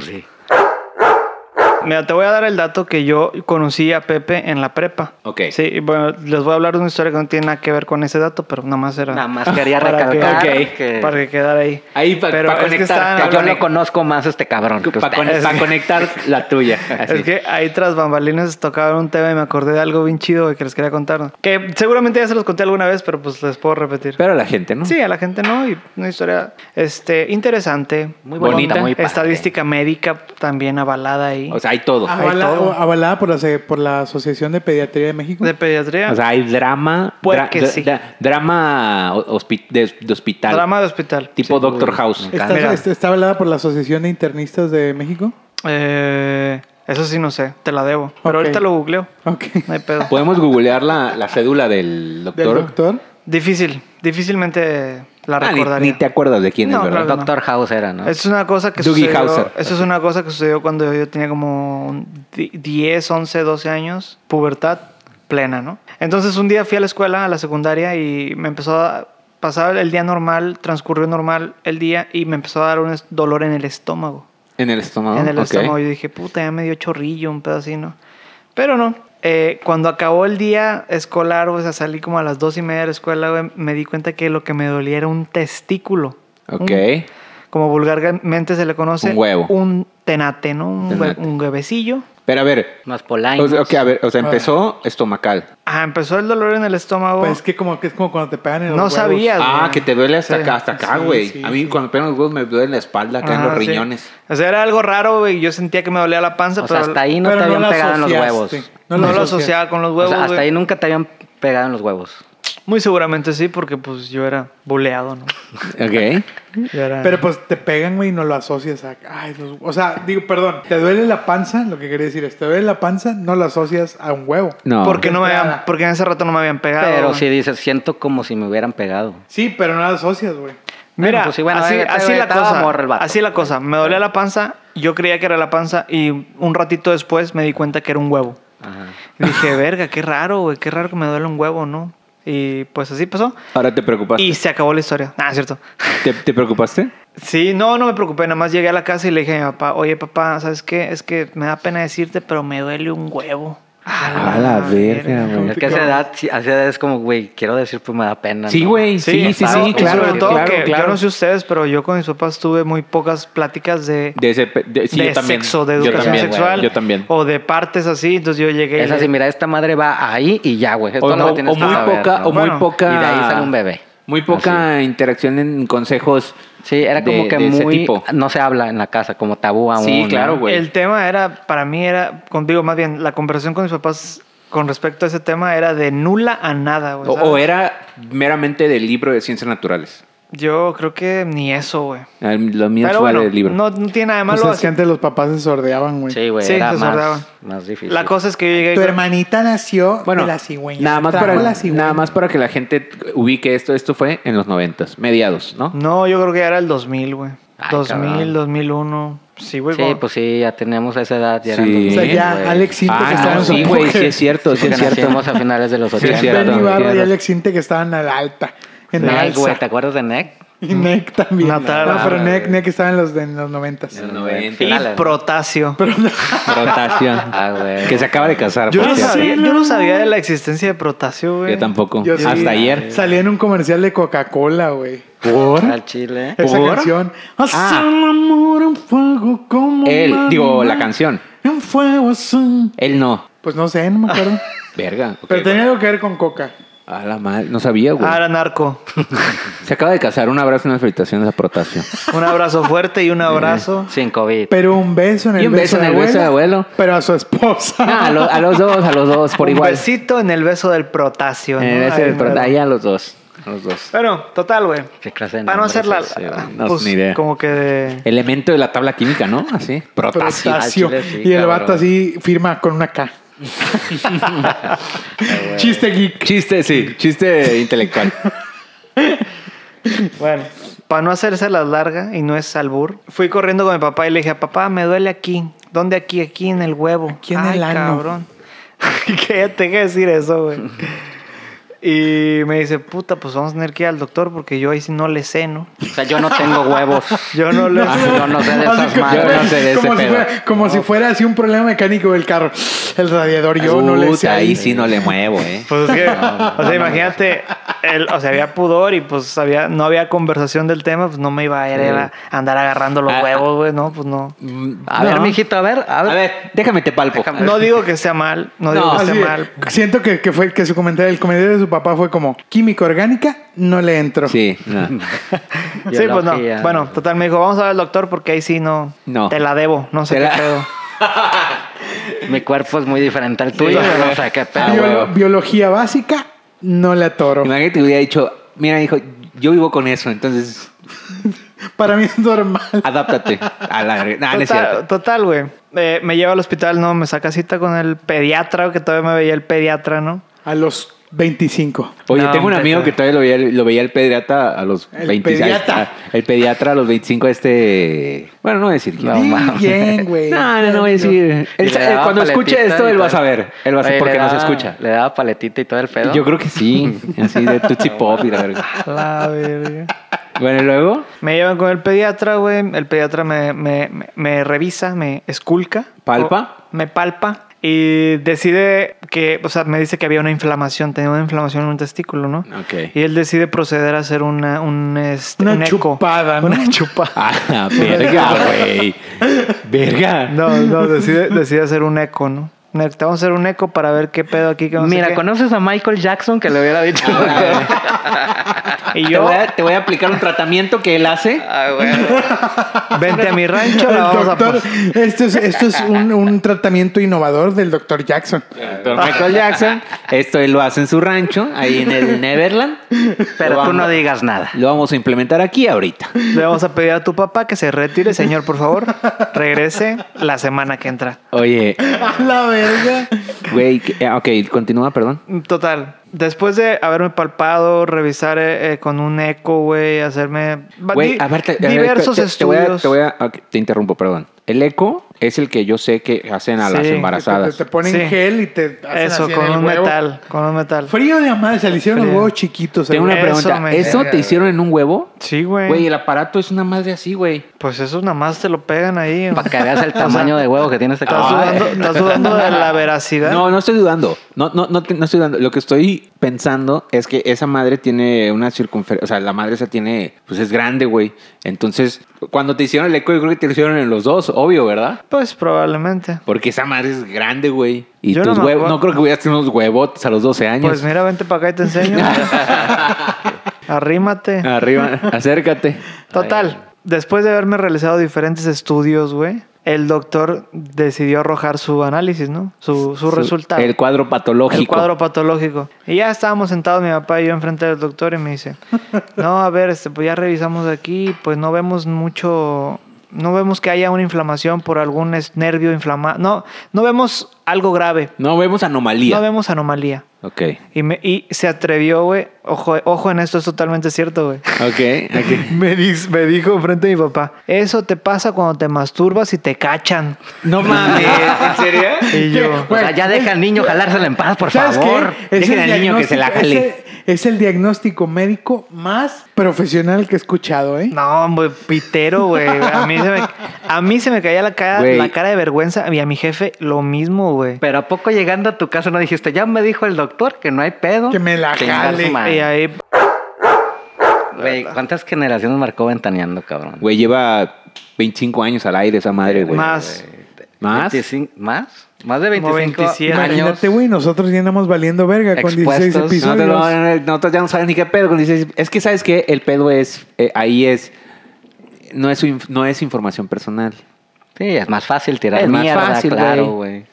Mira, te voy a dar el dato que yo conocí a Pepe en la prepa.
Ok.
Sí, bueno, les voy a hablar de una historia que no tiene nada que ver con ese dato, pero nada más era.
Nada más quería
Para que-
recalcar
Ok.
que,
Para que quedara ahí.
Ahí pa-
Pero
pa
es que
conectar,
estaban
que
pa
yo
hablando-
no conozco más a este cabrón. que
Para
usted.
conectar la tuya. así.
Es que ahí tras bambalinas tocaban un tema y me acordé de algo bien chido güey, que les quería contar. Que seguramente ya se los conté alguna vez, pero pues les puedo repetir.
Pero la gente, ¿no?
Sí, a la gente no, y una historia este, interesante.
Muy
bonita,
bonita,
muy padre.
Estadística médica también avalada ahí.
O sea, hay todo.
Ah.
Avala-
todo.
o- avalada por la, se- por la Asociación de Pediatría de México.
De pediatría.
O sea, hay drama.
Pues
dra-
que
dra-
sí.
dra- drama o- hospi- de, de hospital.
Drama de hospital.
tipo
Sí,
Doctor
güey.
House.
está,
Mira.
está- está avalada por la Asociación de Internistas de México.
Eh, eso sí no sé, te la debo. Pero
Ok.
ahorita lo googleo.
Ok.
No hay pedo.
Podemos googlear la, la cédula del doctor.
Del doctor.
Difícil, difícilmente la
Ah, ni-
recordaría.
ni, te acuerdas de quién
No,
es, ¿verdad?
claro.
Doctor House era, ¿no?
Es una cosa que
Dougie
sucedió.
Hauser.
Eso es una cosa que sucedió cuando yo tenía como un di- 10, 11, 12 años, pubertad plena, ¿no? Entonces un día fui a la escuela, a la secundaria y me empezó a pasar el día normal, transcurrió normal el día y me empezó a dar un es- dolor en el estómago.
En el
Ah,
estómago.
en el
ok.
estómago yo dije, puta, ya me dio chorrillo, un pedo así, ¿no? Pero no. eh, cuando acabó el día escolar, o sea, salí como a las dos y media de la escuela, güey, me di cuenta que lo que me dolía era un testículo.
Ok.
Un- como vulgarmente se le conoce,
Un huevo.
Un tenate, ¿no? Un,
Tenate.
hue- un huevecillo.
Pero a ver.
Más polainos.
O sea, ok, a ver. O sea, empezó estomacal.
Ah, empezó el dolor en el estómago.
Pues es que como que es como cuando te pegan en los
no
huevos.
sabías.
Ah,
güey.
que te duele hasta
Sí.
acá, hasta acá,
Sí,
güey.
sí,
a mí
sí.
cuando me pegan los huevos me duele la espalda, acá en los
Ajá, Ah, sí.
riñones.
O sea, era algo raro, güey. Yo sentía que me dolía la panza,
O sea,
pero
hasta ahí no
Pero
te habían
la
pegado en los huevos.
asociaste.
no, lo asociaba con los
O
huevos.
sea, hasta
güey.
ahí nunca te habían pegado en los huevos.
Muy seguramente sí, porque pues yo era boleado, ¿no?
Ok.
Yo era-
Pero pues te pegan, güey, y no lo asocias a... Ay, los- O sea, digo, perdón, te duele la panza, lo que quería decir es, te duele la panza, no lo asocias a un huevo.
No.
porque no me
Nada.
habían, porque en ese rato no me habían pegado.
Pero
güey.
si dices, siento como si me hubieran pegado.
Sí, pero no lo asocias, güey.
Mira,
Bueno, pues sí, bueno,
así,
eh,
así la
estaba
cosa,
morro el vato.
así la cosa. Me dolía la panza, yo creía que era la panza y un ratito después me di cuenta que era un huevo.
Ajá.
Y dije, verga, qué raro, güey, qué raro que me duele un huevo, ¿no? Y pues así pasó.
Ahora te preocupaste.
Y se acabó la historia. Ah, es cierto.
¿Te, te preocupaste?
Sí, no, no me preocupé. Nada más llegué a la casa y le dije a mi papá, oye, papá, ¿sabes qué? Es que me da pena decirte, pero me duele un huevo.
A la verga, güey.
Es que a esa edad, sí, a esa edad es como, güey, quiero decir, pues me da pena.
Sí,
¿no?
güey. Sí, sí, sí,
claro,
y
claro.
sobre todo
claro,
que
claro.
yo no sé ustedes, pero yo con mis papás tuve muy pocas pláticas de,
De ese. pe- de- sí,
de
yo también.
sexo, de
Yo
educación
también,
sexual.
Yo también.
O de partes así. Entonces yo llegué. y
Es
le-
así, mira, esta madre va ahí y ya, güey. Es
O,
todo lo
o-
que tienes
o
que
muy
saber,
poca,
¿no?
o muy
Bueno,
poca.
y de ahí sale un bebé.
Muy poca interacción en consejos.
Sí, era como
de-
que
de ese
muy...
tipo.
Ah,
No se habla en la casa, como tabú aún.
Sí,
¿no?
claro, güey.
El tema era, para mí era, contigo más bien, la conversación con mis papás con respecto a ese tema era de nula a nada, güey.
O,
¿sabes?
o era meramente del libro de ciencias naturales.
Yo creo que ni eso, güey.
Ah, Lo mío
Pero
fue
bueno,
del libro.
No, no tiene nada de
Pues
malo.
es que antes los papás se sordeaban, güey.
Sí, güey,
Sí,
era
se sordeaba.
más, más difícil.
la cosa es que yo llegué...
Tu
con-
hermanita nació
bueno,
de la cigüeña.
nada más,
Trajo
para,
la cigüeña.
nada más para que la gente ubique esto. Esto fue en los noventas, mediados, ¿no?
No, yo creo que era el 2000, güey.
Ay,
2000,
cabrón.
2001. Sí, güey.
Sí,
como-
pues sí, ya teníamos esa edad. Ya
Sí.
O sea, ya
güey.
Alex Inte que
Ah,
estaba
no,
en su
sí, güey,
auge.
sí es cierto, sí
Porque
es cierto.
nacimos a finales de los
Sí, es
80.
cierto.
Benny Barra y
cierto.
Alex Inte que estaban en la alta. En la
Neck, güey, ¿te
alza.
acuerdas de Neck?
Y Nick también.
Natal.
no, pero Nick, Nick estaba en los, de- en los noventas.
En los
y
noventas.
finales, ¿no?
Protasio.
Rotación.
Ah, güey.
Que se acaba de casar.
Yo
Ah,
por
no,
cierto.
sabía, yo no sabía de la existencia de Protasio, güey.
Yo tampoco.
Yo sí.
Hasta ayer.
Salía en un comercial de Coca-Cola, güey.
Al Chile.
Esa
¿Por?
canción. Hace
Ah.
un amor en fuego como
Él,
un
digo, la
animal.
canción.
En fuego azul.
Él no.
Pues no sé, no me acuerdo.
Verga. ok,
pero tenía
bueno.
algo que ver con Coca.
A la madre. No sabía, güey.
Ah, era narco.
Se acaba de casar. Un abrazo y unas felicitaciones a Protasio.
Un abrazo fuerte y
Eh,
un abrazo.
Sin COVID.
Pero un beso en
Y
el,
un
beso, de
beso en el beso de
abuelo,
abuelo.
Pero a su esposa.
No, a, lo- a los dos, a los dos, por
un
igual. Eh,
besito en el beso del protasio. ¿no?
En el beso
Ay,
del Protasio.
no.
Ahí a los dos. A los dos.
Bueno, total, güey.
Qué clase de
Para no
nombre
hacerla. pues,
es ese, güey.
No, ni idea.
Como que de.
Elemento de la tabla química, ¿no? Así. Protasio.
Protasio.
al chile sí,
y el
cabrón.
vato así firma con una K. Chiste geek.
Chiste, sí. Chiste intelectual.
Bueno, para no hacerse las larga y no es albur, fui corriendo con mi papá y le dije, papá, me duele aquí. ¿Dónde aquí? Aquí en el huevo.
Aquí en el ano.
cabrón. que ya te deje de decir eso, güey. Y me dice, puta, pues vamos a tener que ir al doctor porque yo ahí sí no le sé, ¿no?
O sea, yo no tengo huevos.
Yo no le
Ah, yo no sé de
Así
esas
como-
Yo no
madres.
sé de
como si
ese pedo.
fuera, como si fuera así un problema mecánico del carro. El radiador, yo no le sé.
Puta,
ahí.
Ahí sí no le muevo, ¿eh?
Pues es que, o sea, imagínate, el- o sea, había pudor y pues había, no había conversación del tema, pues no me iba a ir a andar agarrando los
Ah,
huevos, güey, no, pues no.
A ver,
No.
mijito, a ver, Mm, a
A
ver.
ver, déjame te palpo.
Déjame-
No digo que sea mal, no digo
No,
que
Así
sea
de-
mal.
siento que, que fue que su comentario, el comentario de su papá fue como química orgánica, no le entro.
Sí, no.
Sí, pues no.
Biología.
Bueno, total, me dijo, vamos a ver al doctor porque ahí sí no,
No.
te la debo, no sé
Te
qué
la-
pedo.
Mi cuerpo es muy diferente al tuyo,
Sí.
güey, o sea, qué pedo.
Ah,
Biolo-
huevo.
biología básica, no la atoro.
Imagínate que hubiera dicho, mira, hijo, yo vivo con eso, entonces
Para mí es normal.
adáptate a la verga. Nah, Ah, no es
Total-
cierto.
Total, güey. Eh, me lleva al hospital, no, me saca cita con el pediatra, que todavía me veía el pediatra, ¿no?
A los 25.
Oye,
No,
tengo un
hombre,
amigo
no.
que todavía lo veía, lo veía el pediatra a los
El
26.
pediatra.
ah, El pediatra a los 25, este. Bueno, no voy a decir quién.
No
Di
mames.
bien, güey.
No, no, no voy a decir.
Y
Él
le
sa- eh,
daba
cuando
paletita
escuche
y
esto, él va a
todo.
saber. Él va a saber
Oye,
porque
le
nos
daba-
escucha.
Le daba paletita y todo el pedo.
Yo creo que sí. Así de Tootsie Pop y la verga.
La verga.
Bueno, y luego,
Me llevan con el pediatra, güey. El pediatra me, me- me- me revisa, me esculca.
¿Palpa?
O- me palpa. Y decide que, o sea, me dice que había una inflamación, tenía una inflamación en un testículo, ¿no?
Ok.
Y él decide proceder a hacer una, un, este,
Una
un eco.
chupada, ¿no?
Una chupada.
Ah, la verga, güey. Verga.
No, no, decide, decide hacer un eco, ¿no? Un eco, Te vamos a hacer un eco para ver qué pedo aquí. que no sé
Mira,
qué.
¿conoces a Michael Jackson que le hubiera dicho?
Y
Ah, Te
yo,
voy, a, te voy a aplicar un tratamiento que él hace.
Ah, güey.
vente a mi rancho,
El
la vamos a
doctor,
pos-
esto es, esto es un, un tratamiento innovador del doctor Jackson.
Doctor Michael Jackson. Esto él lo hace en su rancho, ahí en el Neverland. Lo
Pero tú
vamos-
no digas nada.
Lo vamos a implementar aquí ahorita.
Le vamos a pedir a tu papá que se retire, señor, por favor. Regrese la semana que entra.
Oye,
A la verga.
güey, que- eh, ok, continúa, perdón.
Total. Después de haberme palpado, revisar eh, eh, con un eco, güey, hacerme va-
Güey,
di-
a ver, te- a ver,
diversos
te- te- te voy a-
estudios.
Te, voy a, ok, te interrumpo, perdón. El eco es el que yo sé que hacen a las
Sí,
embarazadas.
Te, te ponen
Sí.
gel y te hacen
Eso,
así en
con
el
un
huevo.
metal, con un metal.
Frío de amada, se le hicieron los
Frío.
huevos chiquitos. ¿eh?
Tengo una
Eso
pregunta.
me
¿Eso te
verga,
hicieron en un huevo?
Sí, güey.
Güey, el aparato es una madre así, güey.
Pues eso nada más te lo pegan ahí. güey.
Para que veas el tamaño de huevo que tiene este
¿Estás
cabrón.
dudando, estás dudando de la veracidad?
No, no estoy dudando. No, no, no, te- no estoy dudando. Lo que estoy pensando es que esa madre tiene una circunferencia. O sea, la madre esa tiene. Pues es grande, güey. Entonces, cuando te hicieron el eco, yo creo que te lo hicieron en los dos, obvio, ¿verdad?
Pues probablemente.
Porque esa madre es grande, güey. Y
Yo no
tus
me
huevos.
acuerdo.
No creo que hubieras tenido unos huevotes a los 12 años.
Pues mira, vente para acá y te enseño.
Ah.
Arrímate.
Arriba, acércate.
Total, después de haberme realizado diferentes estudios, güey, el doctor decidió arrojar su análisis, ¿no? Su, su resultado.
El cuadro patológico.
El cuadro patológico. Y ya estábamos sentados mi papá y yo enfrente del doctor y me dice, no, a ver, este, pues ya revisamos aquí, pues no vemos mucho, no vemos que haya una inflamación por algún es- nervio inflamado, no, no vemos algo grave,
No vemos anomalía.
no vemos anomalía.
Ok.
Y, me- y se atrevió, güey, ojo, ojo en esto, es totalmente cierto, güey.
Ok. ok.
Me, dis- me dijo enfrente de mi papá, eso te pasa cuando te masturbas y te cachan.
No mames. ¿En serio?
Y yo,
O sea, ya deja al niño
Pues,
jalársela en paz, por favor.
qué? Es
Dejen
el
al niño que se la
diagnóstico-
jale.
ese- Es, el diagnóstico médico más profesional que he escuchado, ¿eh?
no, güey, pitero, güey. A mí se me, a mí se me caía la cara,
Güey.
la cara de vergüenza y a mi jefe lo mismo, güey.
Pero a poco llegando a tu casa no dijiste, ya me dijo el doctor que no hay pedo.
Que me la
Chingar
jale.
su madre.
Y ahí,
Güey, ¿cuántas generaciones marcó ventaneando, cabrón?
Güey, lleva 25 años al aire esa madre, güey.
más.
¿Más?
25 ¿Más? Más de
Como
25
27
años.
Imagínate, güey, nosotros ya andamos valiendo verga con 16
Expuestos.
No,
episodios.
te lo- no, no, ya no sabes ni qué pedo. cuando dices- es que sabes que el pedo es, eh, ahí es, no es, inf- no es información personal.
Sí, es más fácil tirar
Es más
mierda,
fácil,
claro,
güey.
güey.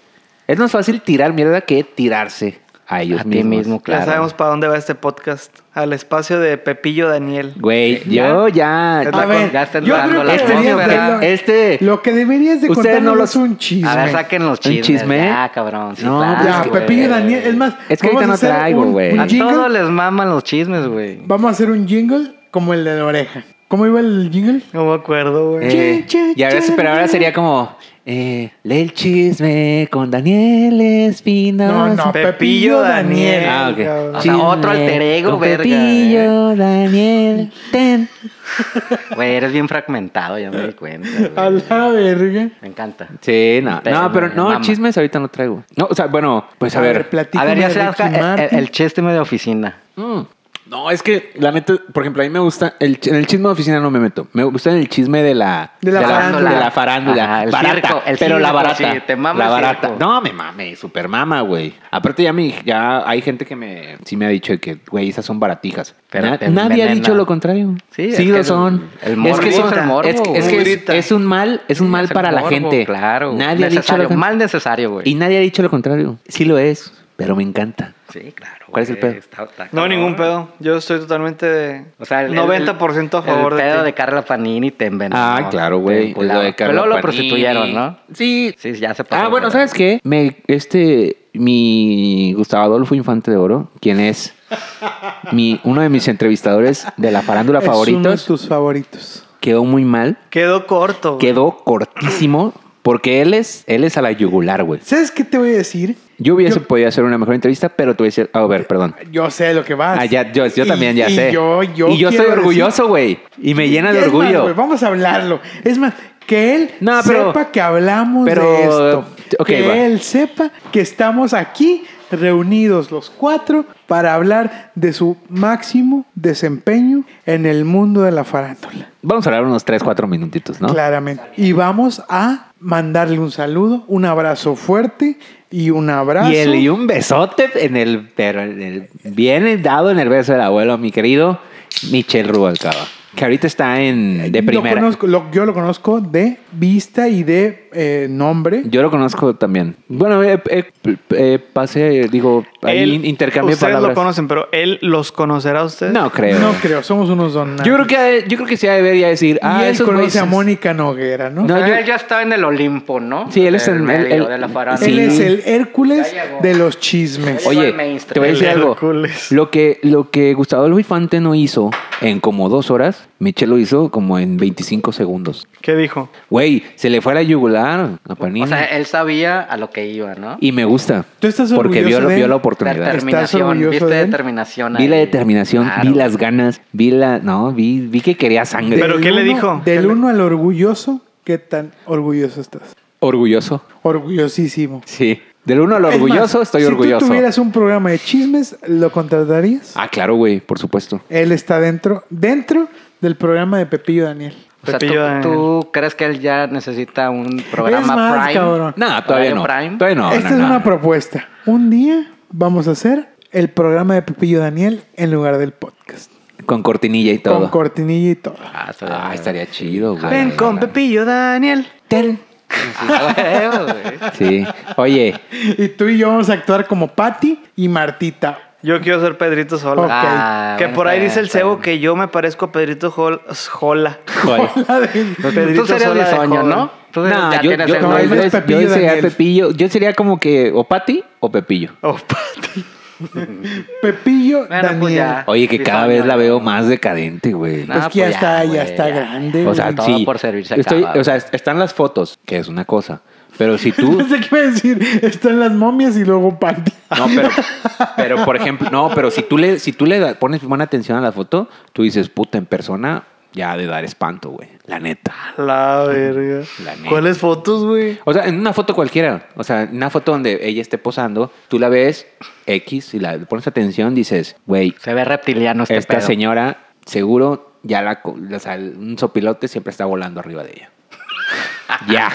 Es más fácil tirar mierda que tirarse a ellos
A ti
mismos.
mismo, claro.
Ya sabemos para dónde va este podcast. Al espacio de Pepillo Daniel.
Güey, yo ya... Ah,
Es
A
la
ver,
ya está
yo creo
entrando
que
la
deberías de-
atmósfera.
lo-
Este-
Lo que deberías de
Ustedes
contar
no
no
lo-
es un chisme.
A ver, saquen los
¿Un
chismes.
chisme?
Ya, cabrón. sí,
No,
claro,
Ya,
güey.
Pepillo y Daniel, es más,
Ah, pues, Es que
vamos
ahorita
a
no
hacer
traigo,
un-
güey.
un
A
jingle.
todos les maman los chismes, güey.
Vamos a hacer un jingle como el de la oreja. ¿Cómo iba el jingle?
No me acuerdo, güey.
Eh,
Chin, chin,
y ahora,
chin,
pero ahora
chin.
sería como eh, lee el chisme con Daniel Espinosa.
No, no, Pepillo,
Pepillo
Daniel.
Daniel.
Ah, ok.
cabrón.
O sea, otro
Chisme
alter ego,
con
verga,
Pepillo Daniel. Ten.
Güey, eres bien fragmentado, ya me di cuenta. güey.
A la verga.
Me encanta.
Sí, no.
Te-
no, pero
me
no,
mama.
chismes ahorita no traigo. No, o sea, bueno, pues a, ver.
platícame
A ver, ya
de
se
Ricky
haga el,
Martin.
el chisme de oficina.
Mm. No, es que la neta, por ejemplo, a mí me gusta, el, ch- en el chisme de oficina no me meto, me gusta en el chisme de la,
De la farándula.
de la farándula,
Ajá, el
barata,
circo, el
pero la
circo,
barata,
sí, te mama
la
el
barata.
circo.
No, me mame, super mama, güey. Aparte ya, mi, ya hay gente que me, sí me ha dicho que, güey, esas son baratijas.
Pero
Na-
te
nadie ha
envenena.
dicho lo contrario.
Sí,
Sí,
es
sí
que
lo
el-
son.
el morbo,
es que son,
el morbo,
es, es que es,
grita.
es un mal, es un mal
Es el
para la
morbo,
gente.
Claro.
Nadie ha
necesario,
dicho lo
mal
contrario.
necesario, güey.
Y nadie ha dicho lo contrario. Sí lo es, pero me encanta.
Sí, claro.
¿Cuál es el
güey,
pedo?
está- está
No,
cabrón.
ningún pedo. Yo estoy totalmente de
O sea, el- el-
90% a
el
favor de
pedo
ti.
de Carla Panini te envenenó.
Ah, claro,
este,
güey.
Te vinculaba. Pero luego lo prostituyeron, ¿no?
Sí.
Sí, ya se pasó.
Ah, bueno,
¿verdad?
¿sabes qué? Me, este, mi Gustavo Adolfo Infante de Oro, quien es mi, uno de mis entrevistadores de la farándula
Es uno de
favoritos,
tus favoritos.
quedó muy mal.
Quedó corto. güey.
Quedó cortísimo porque él es, él es a la yugular, güey.
¿Sabes qué te voy a decir?
Yo hubiese
Yo-
podido hacer una mejor entrevista, pero te hubiese... A ver, perdón.
Yo sé lo que vas.
Ah, ya, yo, yo
Y-
también ya
y
sé.
Yo, yo
y yo estoy
quiero
orgulloso, güey. Y me llena de
Es más,
orgullo.
güey, vamos a hablarlo. Es más, que él
No, pero-
sepa que hablamos
pero,
de esto.
ok,
que
va.
él sepa que estamos aquí reunidos los cuatro para hablar de su máximo desempeño en el mundo de la farándula.
Vamos a hablar unos 3, 4 minutitos, ¿no?
Claramente. Y vamos a mandarle un saludo, un abrazo fuerte y un abrazo.
Y, el, y un besote en el, pero en el, bien dado en el beso del abuelo, mi querido Michel Rubalcaba, que ahorita está en de
Lo
primera.
conozco- lo- yo lo conozco de vista y de eh, nombre.
Yo lo conozco también. Bueno, eh, eh, eh, pasé, digo, ahí
Él-
intercambio
ustedes
palabras.
lo conocen, pero él los conocerá a ustedes.
No creo.
No creo, somos unos donados.
yo creo que ha de- yo creo que sí ha de ver y ha de decir, ah,
y él
esos
conoce
güeyes-
a Mónica Noguera, ¿no?
No,
Ah,
yo-
él ya está en el Olimpo, ¿no?
Sí, él es
Del
en-
medio
él- él-
de la farándula.
Él
sí.
es el Hércules
Ya llegó.
de los chismes.
Oye,
Oye,
el mainstream.
te voy a decir
El
algo.
Hércules.
Lo que, lo que Gustavo Luis Fante no hizo en como dos horas, Michel lo hizo como en 25 segundos.
¿Qué dijo?
Güey, se le fue a la yugular a Panini.
O sea, él sabía a lo que iba, ¿no?
y me gusta.
¿Tú estás
porque vio,
orgulloso de
vio
él?
La
la oportunidad.
¿Estás
determinación,
orgulloso
viste
de él?
determinación.
Vi la
ahí.
determinación,
Claro.
vi las ganas, vi la. No, vi, vi que quería sangre.
Pero-
Del
¿qué le
uno-
dijo? ¿Qué
Del
le-
1 al orgulloso, ¿qué tan orgulloso estás?
Orgulloso.
Orgullosísimo.
Sí. Del uno al
Es
orgulloso,
más,
estoy
Si
orgulloso.
tú tuvieras un programa de chismes, ¿lo contratarías?
Ah, claro, güey, por supuesto.
Él está dentro, dentro del programa de Pepillo Daniel.
O sea,
Pepillo eh. de-
¿tú, tú crees que él ya necesita un programa
Es más,
Prime?
cabrón.
No, todavía
¿Horario
no.
Prime?
Todavía no.
Esta
no,
es
no.
una propuesta. Un día vamos a hacer el programa de Pepillo Daniel en lugar del podcast.
Con cortinilla y todo.
Con cortinilla y todo.
Ah, estaría
Ah,
bien.
estaría chido, güey.
Ven con Pepillo Daniel.
Sí. Oye,
Y tú y yo vamos a actuar como Patty y Martita.
Yo quiero ser Pedrito Sola.
Ok.
Ah,
que
bueno,
por ahí
está
dice el
bien, está
cebo
bien.
que yo me parezco a Pedrito Jol- Jola.
¿cuál?
La de-
Pedrito
Tú serías
Sola de
bisoño,
joven.
¿no? Tú
No,
ya
yo,
tienes
yo-
el
no,
nombre.
yo-
Eres
yo
Pepillo
sería
Daniel.
Pepillo. Yo sería como que o Pati o Pepillo.
Oh, Pati.
Pepillo
Bueno, pues
Daniel.
ya.
Oye, que cada
Bisoño,
vez la
¿no?
veo más decadente, güey.
No,
Es que ya
pues
está- ya
güey,
está grande,
O sea,
todo
sí,
por servirse
estoy-
acaba,
O sea, est- están las fotos, que es una cosa. Pero si tú.
No sé qué iba a decir. Están las momias y luego Patty.
No, pero, pero por ejemplo, no, pero si tú le, si tú le da- pones buena atención a la foto, tú dices, puta, en persona ya ha de dar espanto, güey. La neta.
La verga.
La neta.
¿Cuáles fotos, güey?
O sea, en una foto cualquiera, o sea, en una foto donde ella esté posando, tú la ves X y la le pones atención, dices, güey,
Se ve reptiliano este
esta
pedo.
señora seguro ya la, co- o sea, un sopilote siempre está volando arriba de ella. ya.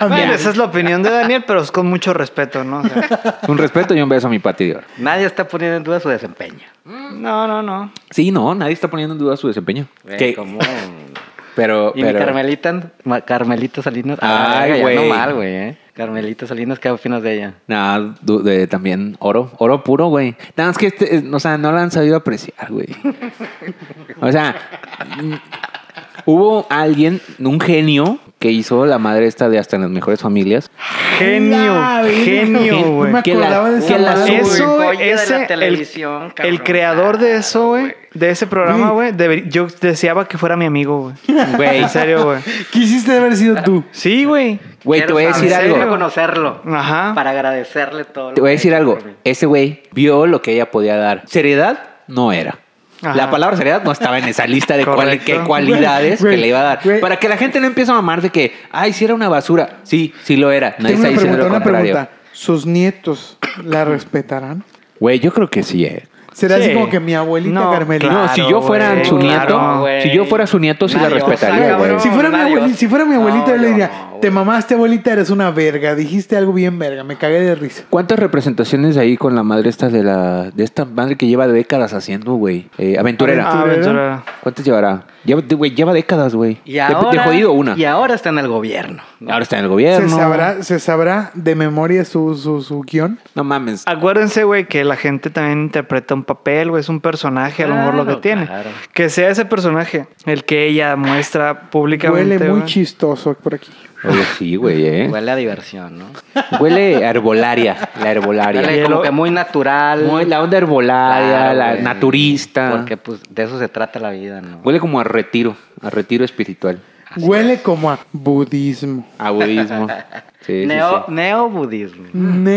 Bueno, esa es la opinión de Daniel, pero es con mucho respeto, ¿no? O sea,
Un respeto y un beso a mi patidor.
Nadie está poniendo en duda su desempeño.
no, no, no.
Sí, no, nadie está poniendo en duda su desempeño.
Ve
Que-
Eh, cómo-
Pero,
Y mi
pero-
Carmelita, Ma- Carmelita Salinas.
Ay,
verga, ya
güey.
No mal, güey. eh. Carmelita Salinas, ¿qué opinas de ella?
Nah, du- de- también oro, oro puro, güey. Nada más que este, eh, o sea, no la han sabido apreciar, güey. O sea, mm, hubo alguien, un genio, que hizo la madre esta de hasta en las mejores familias.
La
Genio,
verga.
genio, güey.
No me
Que la-
acordaba de esa
que la-
madre, güey.
Eso, güey,
joya de la
ese, el-
televisión,
el,
cabrón.
creador de eso, güey, de ese programa, güey,
Güey.
deber- yo deseaba que fuera mi amigo, güey.
Güey,
En serio, güey.
Quisiste haber sido tú.
Sí, güey.
güey, te
Quiero
voy a decir
saber, Quiero
algo.
conocerlo.
Ajá.
Para agradecerle todo. lo
Te voy a
que
decir
hizo
algo.
por mí.
Ese güey vio lo que ella podía dar. Seriedad no era.
Ajá.
La palabra seriedad no estaba en esa lista de cual-
Correcto.
qué cualidades
Güey,
que le iba a dar.
güey.
Para que la gente no empiece a mamar de que, ay, si era una basura. Sí, sí lo era.
Tengo
Nadie está
una
diciendo
pregunta,
lo
una
contrario.
pregunta. ¿Sus nietos la respetarán?
Güey, yo creo que sí, eh.
Será así
Sí.
como que mi abuelita
No,
Carmelita.
claro,
no, si yo fuera
güey,
su nieto,
claro,
güey.
si yo fuera su nieto, sí la
Nadie, o sea,
respetaría, güey.
cabrón.
Si fuera, mi
Nadie.
abuelita, si fuera mi abuelita,
No,
yo le
yo
diría,
no,
te
güey.
mamaste abuelita, eres una verga, dijiste algo bien verga, me cagué de risa.
¿Cuántas representaciones ahí con la madre esta de la de esta madre que lleva décadas haciendo, güey? Eh, aventurera.
Ah, aventurera.
¿Cuántas llevará? Lleva, güey, lleva décadas, güey.
Y
De-
ahora,
de jodido una.
Y ahora está en el gobierno.
Ahora está en el
¿Se
gobierno.
sabrá, se sabrá de memoria su, su, su guión.
No mames.
Ah.
Acuérdense, güey, que la gente también interpreta un papel, güey, es un personaje, a lo mejor lo que
Claro,
tiene.
claro.
Que sea ese personaje el que ella muestra públicamente.
Huele muy
güey.
chistoso por aquí.
Oye, sí, güey, eh.
Huele a diversión, ¿no?
Huele a herbolaria, la herbolaria.
Huele
Hielo.
como que muy natural.
Muy- la onda herbolaria,
Claro,
la
güey.
naturista.
Porque pues de eso se trata la vida, ¿no?
Huele como a retiro, a retiro espiritual,
Huele como a budismo,
a budismo. Sí, sí,
Neo,
sí.
Neobudismo.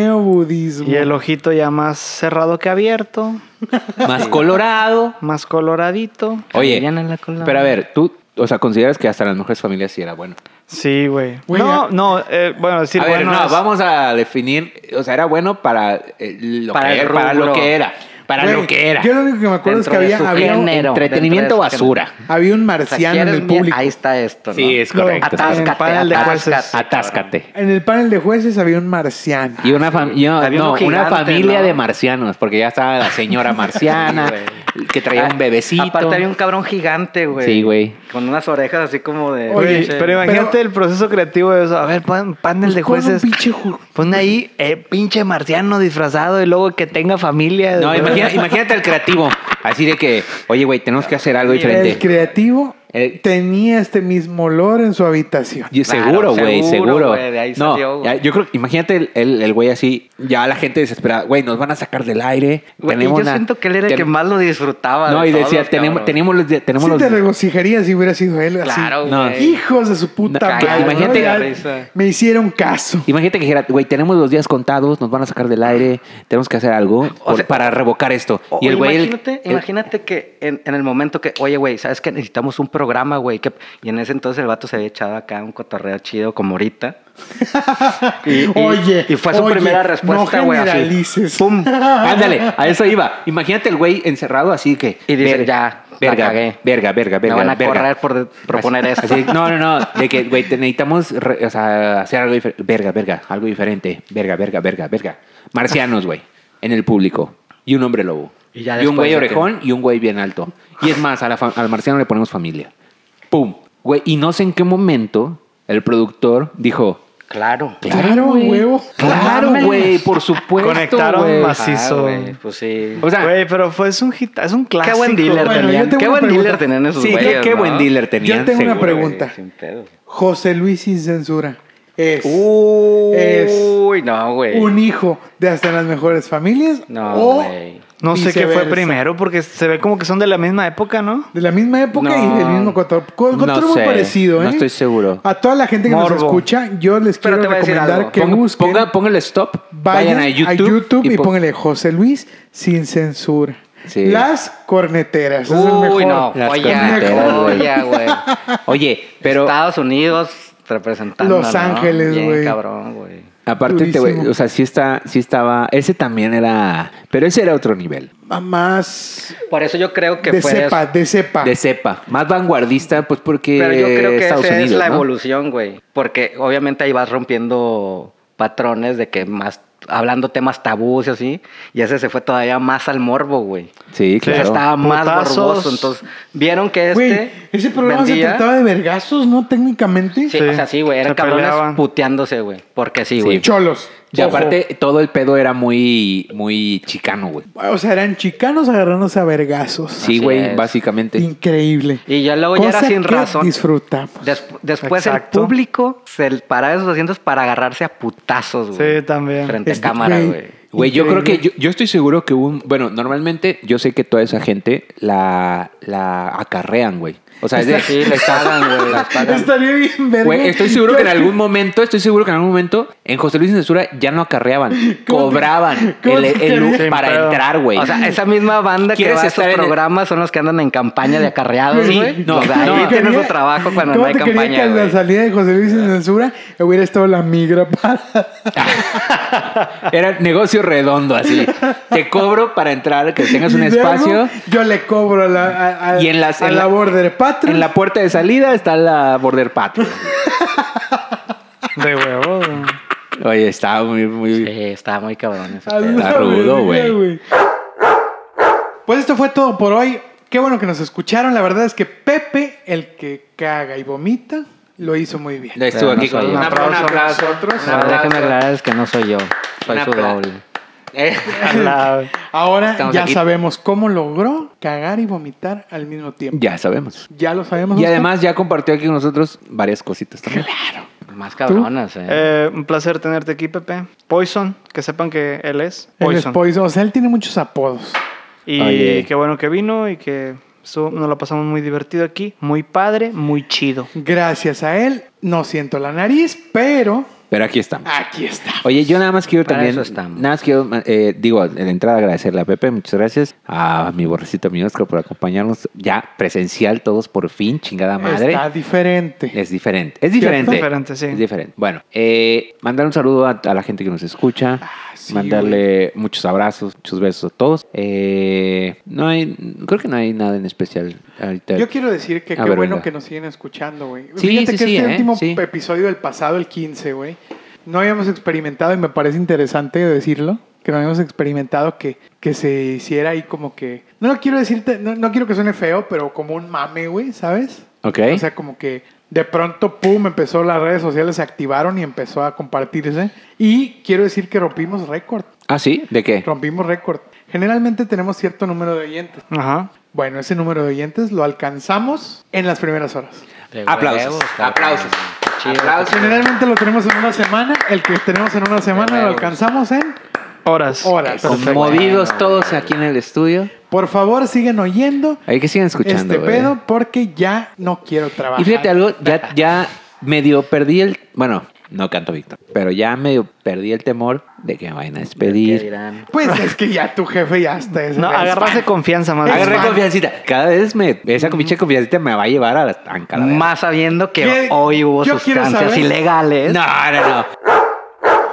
neobudismo.
Y el ojito ya más cerrado que abierto,
Más colorado.
más coloradito.
Oye,
Castellana la colada.
pero a ver, tú, o sea, consideras que hasta las mejores familias sí era bueno.
Sí, güey.
Güey,
No,
ya-
no, eh, bueno, decir,
a ver,
bueno,
no,
es-
vamos a definir, o sea, era bueno para, eh, lo,
Para
que,
el
para lo
rubro.
que era, para
Güey,
lo que era.
Yo lo único que me acuerdo
Dentro
es
de
que
su
había, había, un,
género.
Entretenimiento
Dentro de eso que
basura.
había un
O sea,
marciano en
¿quieres
el
bien?
público.
Ahí está esto, ¿no?
Sí, es
Lo-
correcto.
En el
Atáscate,
panel de jueces.
atáscate.
Atáscate.
En el panel de jueces había un marciano.
Y una, fam- y una-
Había
no,
uno
una
gigante,
familia
¿no?
de marcianos, porque ya estaba la señora marciana, que traía un bebecito.
Ah, Aparte había un cabrón gigante, güey.
Sí, güey.
Con unas orejas así como de.
Oye,
Oye,
pero imagínate el proceso creativo de eso. A ver, pon panel de
Pues, ¿cuál
jueces.
un pinche ju-
Pon ahí eh, pinche marciano disfrazado y luego que tenga familia.
No,
güey.
imagina- imagínate al creativo. Así de que, oye, güey, tenemos que hacer algo
El
diferente.
creativo
El-
tenía este mismo olor en su habitación.
Y
Claro,
seguro, güey,
seguro,
seguro.
güey, de ahí
no,
salió, güey.
ya- yo creo, imagínate el- el el güey así, ya la gente desesperada, güey, nos van a sacar del aire.
Güey, y
tenemos
yo
una-
siento que él era el
ten-
que más lo disfrutaba.
No,
de
y
todos,
decía, tenemos,
cabrón".
tenemos los... de- Tenemos
Sí
los
te regocijaría si hubiera sido él así.
Claro,
No.
güey.
Hijos de su puta
No,
madre.
imagínate
¿no?
la
Ya
risa.
Me hicieron caso.
Imagínate que dijera, güey, tenemos los días contados, nos van a sacar del aire, tenemos que hacer algo por-
sea-
para revocar esto.
O-
y el
o
güey... el-
Imagínate,
el-
imagínate que en, en el momento que, oye, güey, ¿sabes qué? Necesitamos un programa, güey. que- Y en ese entonces el vato se había echado acá un cotorreo chido como ahorita. Y, y-
Oye,
Y fue su
oye,
primera
no
respuesta, güey. así,
generalices.
pum.
Ándale, a eso iba. Imagínate el güey encerrado así que.
Y dice,
"Ver-
ya, la
verga,
cagué.
verga, verga, verga.
Me van a
verga".
correr por de- proponer
Así-
eso.
así, no, no, no. De que, güey, te necesitamos re- o sea, hacer algo diferente. Verga, verga, algo diferente. Verga, verga, verga, verga. Marcianos, güey, en el público. Y un hombre lobo.
Y ya
un
después
güey
de
orejón y un güey bien alto. Y es más, a la fa- al marciano le ponemos familia. ¡Pum! Güey, y no sé en qué momento el productor dijo.
Claro. Pues,
Claro, huevo.
Claro, güey, por supuesto.
Conectaron
güey".
más- Así
Ah,
son.
güey, Pues sí.
O sea,
Güey, pero fue es un hit, es un clásico.
qué buen dealer
bueno, yo
tenían.
tengo
Qué
una
buen
pregunta.
dealer tenían esos
Sí,
güeyes,
qué, qué
¿no?
buen dealer tenían.
Yo tengo una
seguro.
pregunta.
Sin pedo.
José Luis sin censura es Es
Uy, no, Uh, güey.
un hijo de hasta las mejores familias
No,
o
güey.
No sé qué fue
viceversa.
primero porque se ve como que son de la misma época, ¿no?
De la misma época
No.
y del mismo cotor. Co-
No
cotor muy
sé,
parecido, ¿eh?
no estoy seguro.
A toda la gente que nos
Morbo.
escucha, yo les
Pero
quiero
te voy a decir
recomendar
algo.
que
Ponga-
busquen.
ponga- póngale stop,
vayan, a YouTube, y,
pon-
pónganle José Luis sin censura.
Sí.
Las corneteras. es el mejor.
Uy, no.
Las
Joya,
corneteras, güey.
joya, güey.
Oye, pero
Estados Unidos representando.
Los
¿no?
Ángeles,
Bien
güey.
cabrón, güey.
aparte, te,
Durísimo.
güey, o sea, sí, está, sí estaba. Ese también era. Pero ese era otro nivel.
Ma- Más
Por eso yo creo que
de
fue.
cepa, de cepa.
De cepa. Más vanguardista, pues porque.
Pero yo creo que esa
Estados
es
Unidos,
la
¿no?
evolución, güey. Porque obviamente ahí vas rompiendo patrones de que más. Hablando temas tabús y así. Y ese se fue todavía más al morbo, güey.
Sí,
O sea,
claro.
estaba más
Putazos.
morboso. Entonces, vieron que este.
Güey, ese programa
vendía?
se trataba de vergazos, ¿no? Técnicamente.
Sí,
Sí,
o sea, sí, güey.
se
Eran cabrones
peleaban.
puteándose, güey. Porque sí,
Sí.
güey.
Cholos.
Y aparte, todo el pedo era muy, muy chicano, güey.
O sea, eran chicanos agarrándose a vergazos.
Sí,
Así
güey,
es.
básicamente.
Increíble.
Y ya luego ya
Cosa
era sin
que
razón.
Disfrutamos.
Des- después
Exacto.
el público se paraba de sus asientos para agarrarse a putazos, güey.
Sí, también.
Frente
Este,
a cámara,
güey.
güey.
Güey, yo creo
Increíble.
que yo, yo estoy seguro que hubo un. Bueno, normalmente yo sé que toda esa gente la, la acarrean, güey. O sea, es de.
Sí, les pagan, güey. Les pagan.
Estaría bien verga.
Güey, estoy seguro
Yo-
que en algún momento, estoy seguro que en algún momento, en José Luis sin Censura ya no acarreaban,
¿Cómo te-
cobraban
cómo
el,
te
el
querías?
look
Sin
para
pedo.
entrar, güey.
O sea, esa misma banda que
¿Quieres
va a
estar
esos
en el-
programas son los que andan en campaña de acarreados,
Sí,
güey.
no,
o sea,
no.
ahí
Quería-
tienen su trabajo cuando
¿Cómo
no hay
te quería
campaña,
que a la
güey.
salida de José Luis sin censura hubiera estado la migra para
Era negocio precio redondo, así. Te cobro para entrar, que tengas un
Y luego
espacio.
Yo le cobro a la, a, a-
Y en las-
a
en
la,
la-
Border Patrol.
En la puerta de salida está la Border Patrol.
De huevo. güey.
Oye, está muy, muy...
Sí, está muy cabrón eso.
A la
rudo,
verga,
güey.
Pues esto fue todo por hoy. Qué bueno que nos escucharon. La verdad es que Pepe, el que caga y vomita, lo hizo muy bien.
Estuvo
no
aquí
soy
con
yo.
un aplauso.
Un aplauso.
Nosotros.
La verdad que me aclarar es que no soy yo. Soy
Una
su
pla-
doble.
Eh,
A la-
Ahora
Estamos
ya
aquí.
sabemos cómo logró cagar y vomitar al mismo tiempo.
Ya sabemos.
Ya lo sabemos.
Y
Oscar.
además ya compartió aquí con nosotros varias cositas también. Claro.
Más cabronas, eh.
Eh, un placer tenerte aquí, Pepe. Poison, que sepan que él es
Él es
Poison.
Poison. O sea, él tiene muchos apodos.
y
Oye.
qué bueno que vino y que estuvo- nos lo pasamos muy divertido aquí. Muy padre, muy chido.
Gracias a él, no siento la nariz, pero
Pero aquí estamos.
aquí está.
Oye, yo nada más quiero
Para
también.
eso estamos.
Nada más quiero, eh, digo, en la entrada agradecerle a Pepe, muchas gracias. A mi borrecito, mi Oscar, por acompañarnos ya presencial, todos por fin, chingada madre.
Está diferente.
Es diferente. Es diferente.
Diferente, sí.
Es diferente. Bueno, eh, mandar un saludo a, a la gente que nos escucha.
sí,
mandarle muchos abrazos, muchos besos a todos. Eh, no hay, creo que no hay nada en especial ahorita.
Yo quiero decir que
A
qué
ver,
bueno
venga.
que nos siguen escuchando, güey.
Sí,
Fíjate
sí,
que
sí,
este
¿eh?
último
Sí.
episodio del pasado, el 15, güey, no habíamos experimentado, y me parece interesante decirlo, que no habíamos experimentado que, que se hiciera ahí como que... No lo quiero decirte, no, no quiero que suene feo, pero como un mame, güey, ¿sabes?
Ok.
O sea, como que de pronto, pum, empezó las redes sociales, se activaron y empezó a compartirse. Y quiero decir que rompimos récord.
ah, sí. ¿De qué?
Rompimos récord. Generalmente tenemos cierto número de oyentes.
Ajá.
Bueno, ese número de oyentes lo alcanzamos en las primeras horas.
De
Aplausos,
huevos, cabrón.
aplausos,
Qué chido.
aplausos.
Generalmente lo tenemos en una semana. El que tenemos en una semana lo
huevos.
alcanzamos en
Horas.
horas.
Conmovidos
Perfecto.
todos aquí en el estudio.
Por favor, siguen oyendo
Ahí que sigan
este
escuchando.
eh.
güey.
pedo porque ya no quiero trabajar.
Y fíjate algo, ya, ya medio perdí el. Bueno, no canto Víctor, pero ya medio perdí el temor de que me vayan a
¿Qué
despedir.
dirán?
Pues es que ya tu jefe ya está. es-
No,
es
agarraste
fan.
confianza más bien.
Agarré
fan.
confiancita. Cada vez me, esa pinche confiancita me va a llevar a la tanca. la verdad.
Más sabiendo que
¿Qué?
hoy hubo
Yo quiero
sustancias
saber.
ilegales.
No, no, no.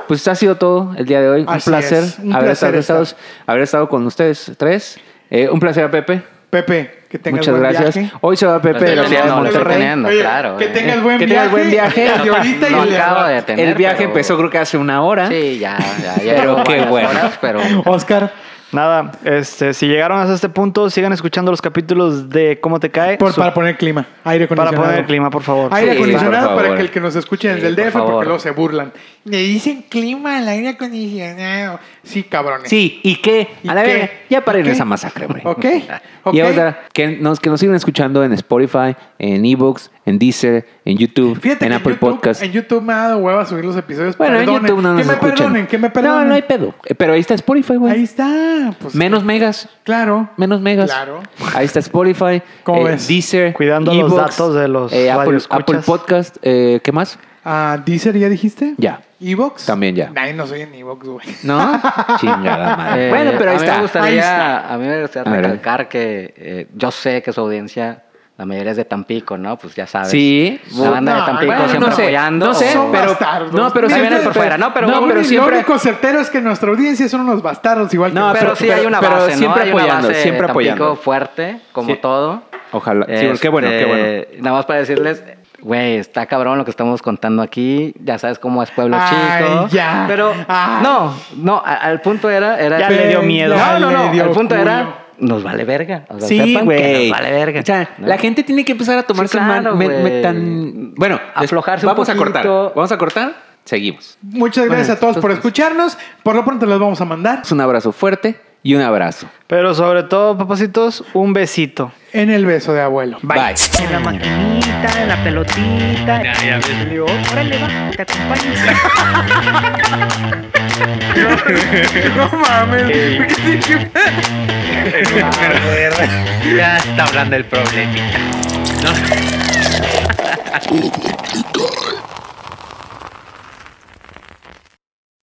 Pues ha sido todo el día de hoy. Un
Así
placer,
es, un
haber,
placer
estado,
estar.
haber estado con ustedes tres. Eh, un placer a Pepe.
Pepe, que tengas
Muchas
buen
gracias.
viaje.
Hoy se va
Lo
Pepe de
estoy
la ciudad de
teniendo, lo estoy
Monterrey.
teniendo,
Oye,
claro.
Que
eh.
tengas buen
Que
viaje.
tengas buen viaje.
El de ahorita
No
y el de
acabo
rato.
de tener.
el viaje
pero-
empezó creo que hace una hora.
Sí, ya, ya, ya.
Pero
llevo
qué
varias
bueno.
horas, pero
Oscar,
Nada, este, si llegaron hasta este punto, sigan escuchando los capítulos de Cómo te cae.
por-
Su-
para poner clima, aire
para
acondicionado.
poner el clima, por favor.
Aire
Sí,
acondicionado
por
para
favor.
que el que nos escuche desde el
por
DF,
favor.
porque luego se burlan. Le dicen clima al aire acondicionado. Sí, cabrones.
Sí, ¿y qué?
¿Y
a la
qué?
verga. Ya paren
¿Y qué?
esa masacre, güey.
¿Ok? ¿Ok?
Y ahora que nos, que nos sigan escuchando en Spotify, en ebooks, en Deezer, en YouTube,
Fíjate
en
que
Apple
YouTube-
Podcast.
En YouTube me ha dado hueva subir los episodios.
Bueno,
perdonen.
en YouTube no nos
que me
escuchan.
perdonen, que me perdonen.
No, no hay pedo. Eh, Pero ahí está Spotify,
Ahí
güey.
está. Pues,
Menos megas.
Claro.
Menos megas.
Claro.
Ahí está Spotify, eh,
¿Cómo ves?
Deezer,
Cuidando los
iVoox,
datos de los
eh, Apple,
radioescuchas.
Apple Podcast, eh, ¿qué más?
Ah, Deezer, ¿ya dijiste?
Ya.
¿Evox?
También ya.
Nadie no soy en Evox, güey.
¿No? Chingada
Eh,
madre. Ah, bueno, pero ahí
a mí
está.
Me gustaría,
Ahí está.
A mí me
A
gustaría
ver.
recalcar que eh, yo sé que su audiencia, la mayoría es de Tampico, ¿no? Pues ya sabes.
Sí.
La banda de
No,
Tampico
bueno,
siempre
no sé,
apoyando.
no sé,
o-
Son
pero-
bastardos.
no, pero
Mira,
también el por
pero-
fuera, no, pero
lo
no, pero
único-
siempre-
Lo único certero es que nuestra audiencia son unos bastardos igual que
No,
nosotros.
pero, sí hay una
pero-
base,
pero
¿no?
siempre
Hay una
apoyando,
base
siempre
de Tampico
apoyando.
fuerte, como
Sí.
todo.
Ojalá. Sí, qué bueno, qué bueno.
Este, Nada más para decirles, güey, está cabrón lo que estamos contando aquí. Ya sabes cómo es Pueblo
Ay,
Chico.
ya.
Pero
Ay.
no, no, a- al punto era, era
Ya le dio miedo.
No, no,
Ya
no.
le dio
El punto
culo.
era nos vale verga. O sea,
Sí,
sepan que
güey.
Nos vale verga.
O sea,
¿no?
la gente tiene que empezar a tomarse
Sí, claro,
man- me- me-
güey.
tan... Bueno, des-
Aflojarse un
vamos a cortar.
poquito.
Vamos a cortar. Seguimos.
Muchas gracias a todos por escucharnos. Por lo pronto les vamos a mandar
Un abrazo fuerte y un abrazo.
Pero sobre todo, papacitos, un besito.
en el beso de abuelo.
Bye.
En la maquinita, en la pelotita. Ya, ya ves. Le digo, órale, va, te acompaño.
Ya está hablando el problema.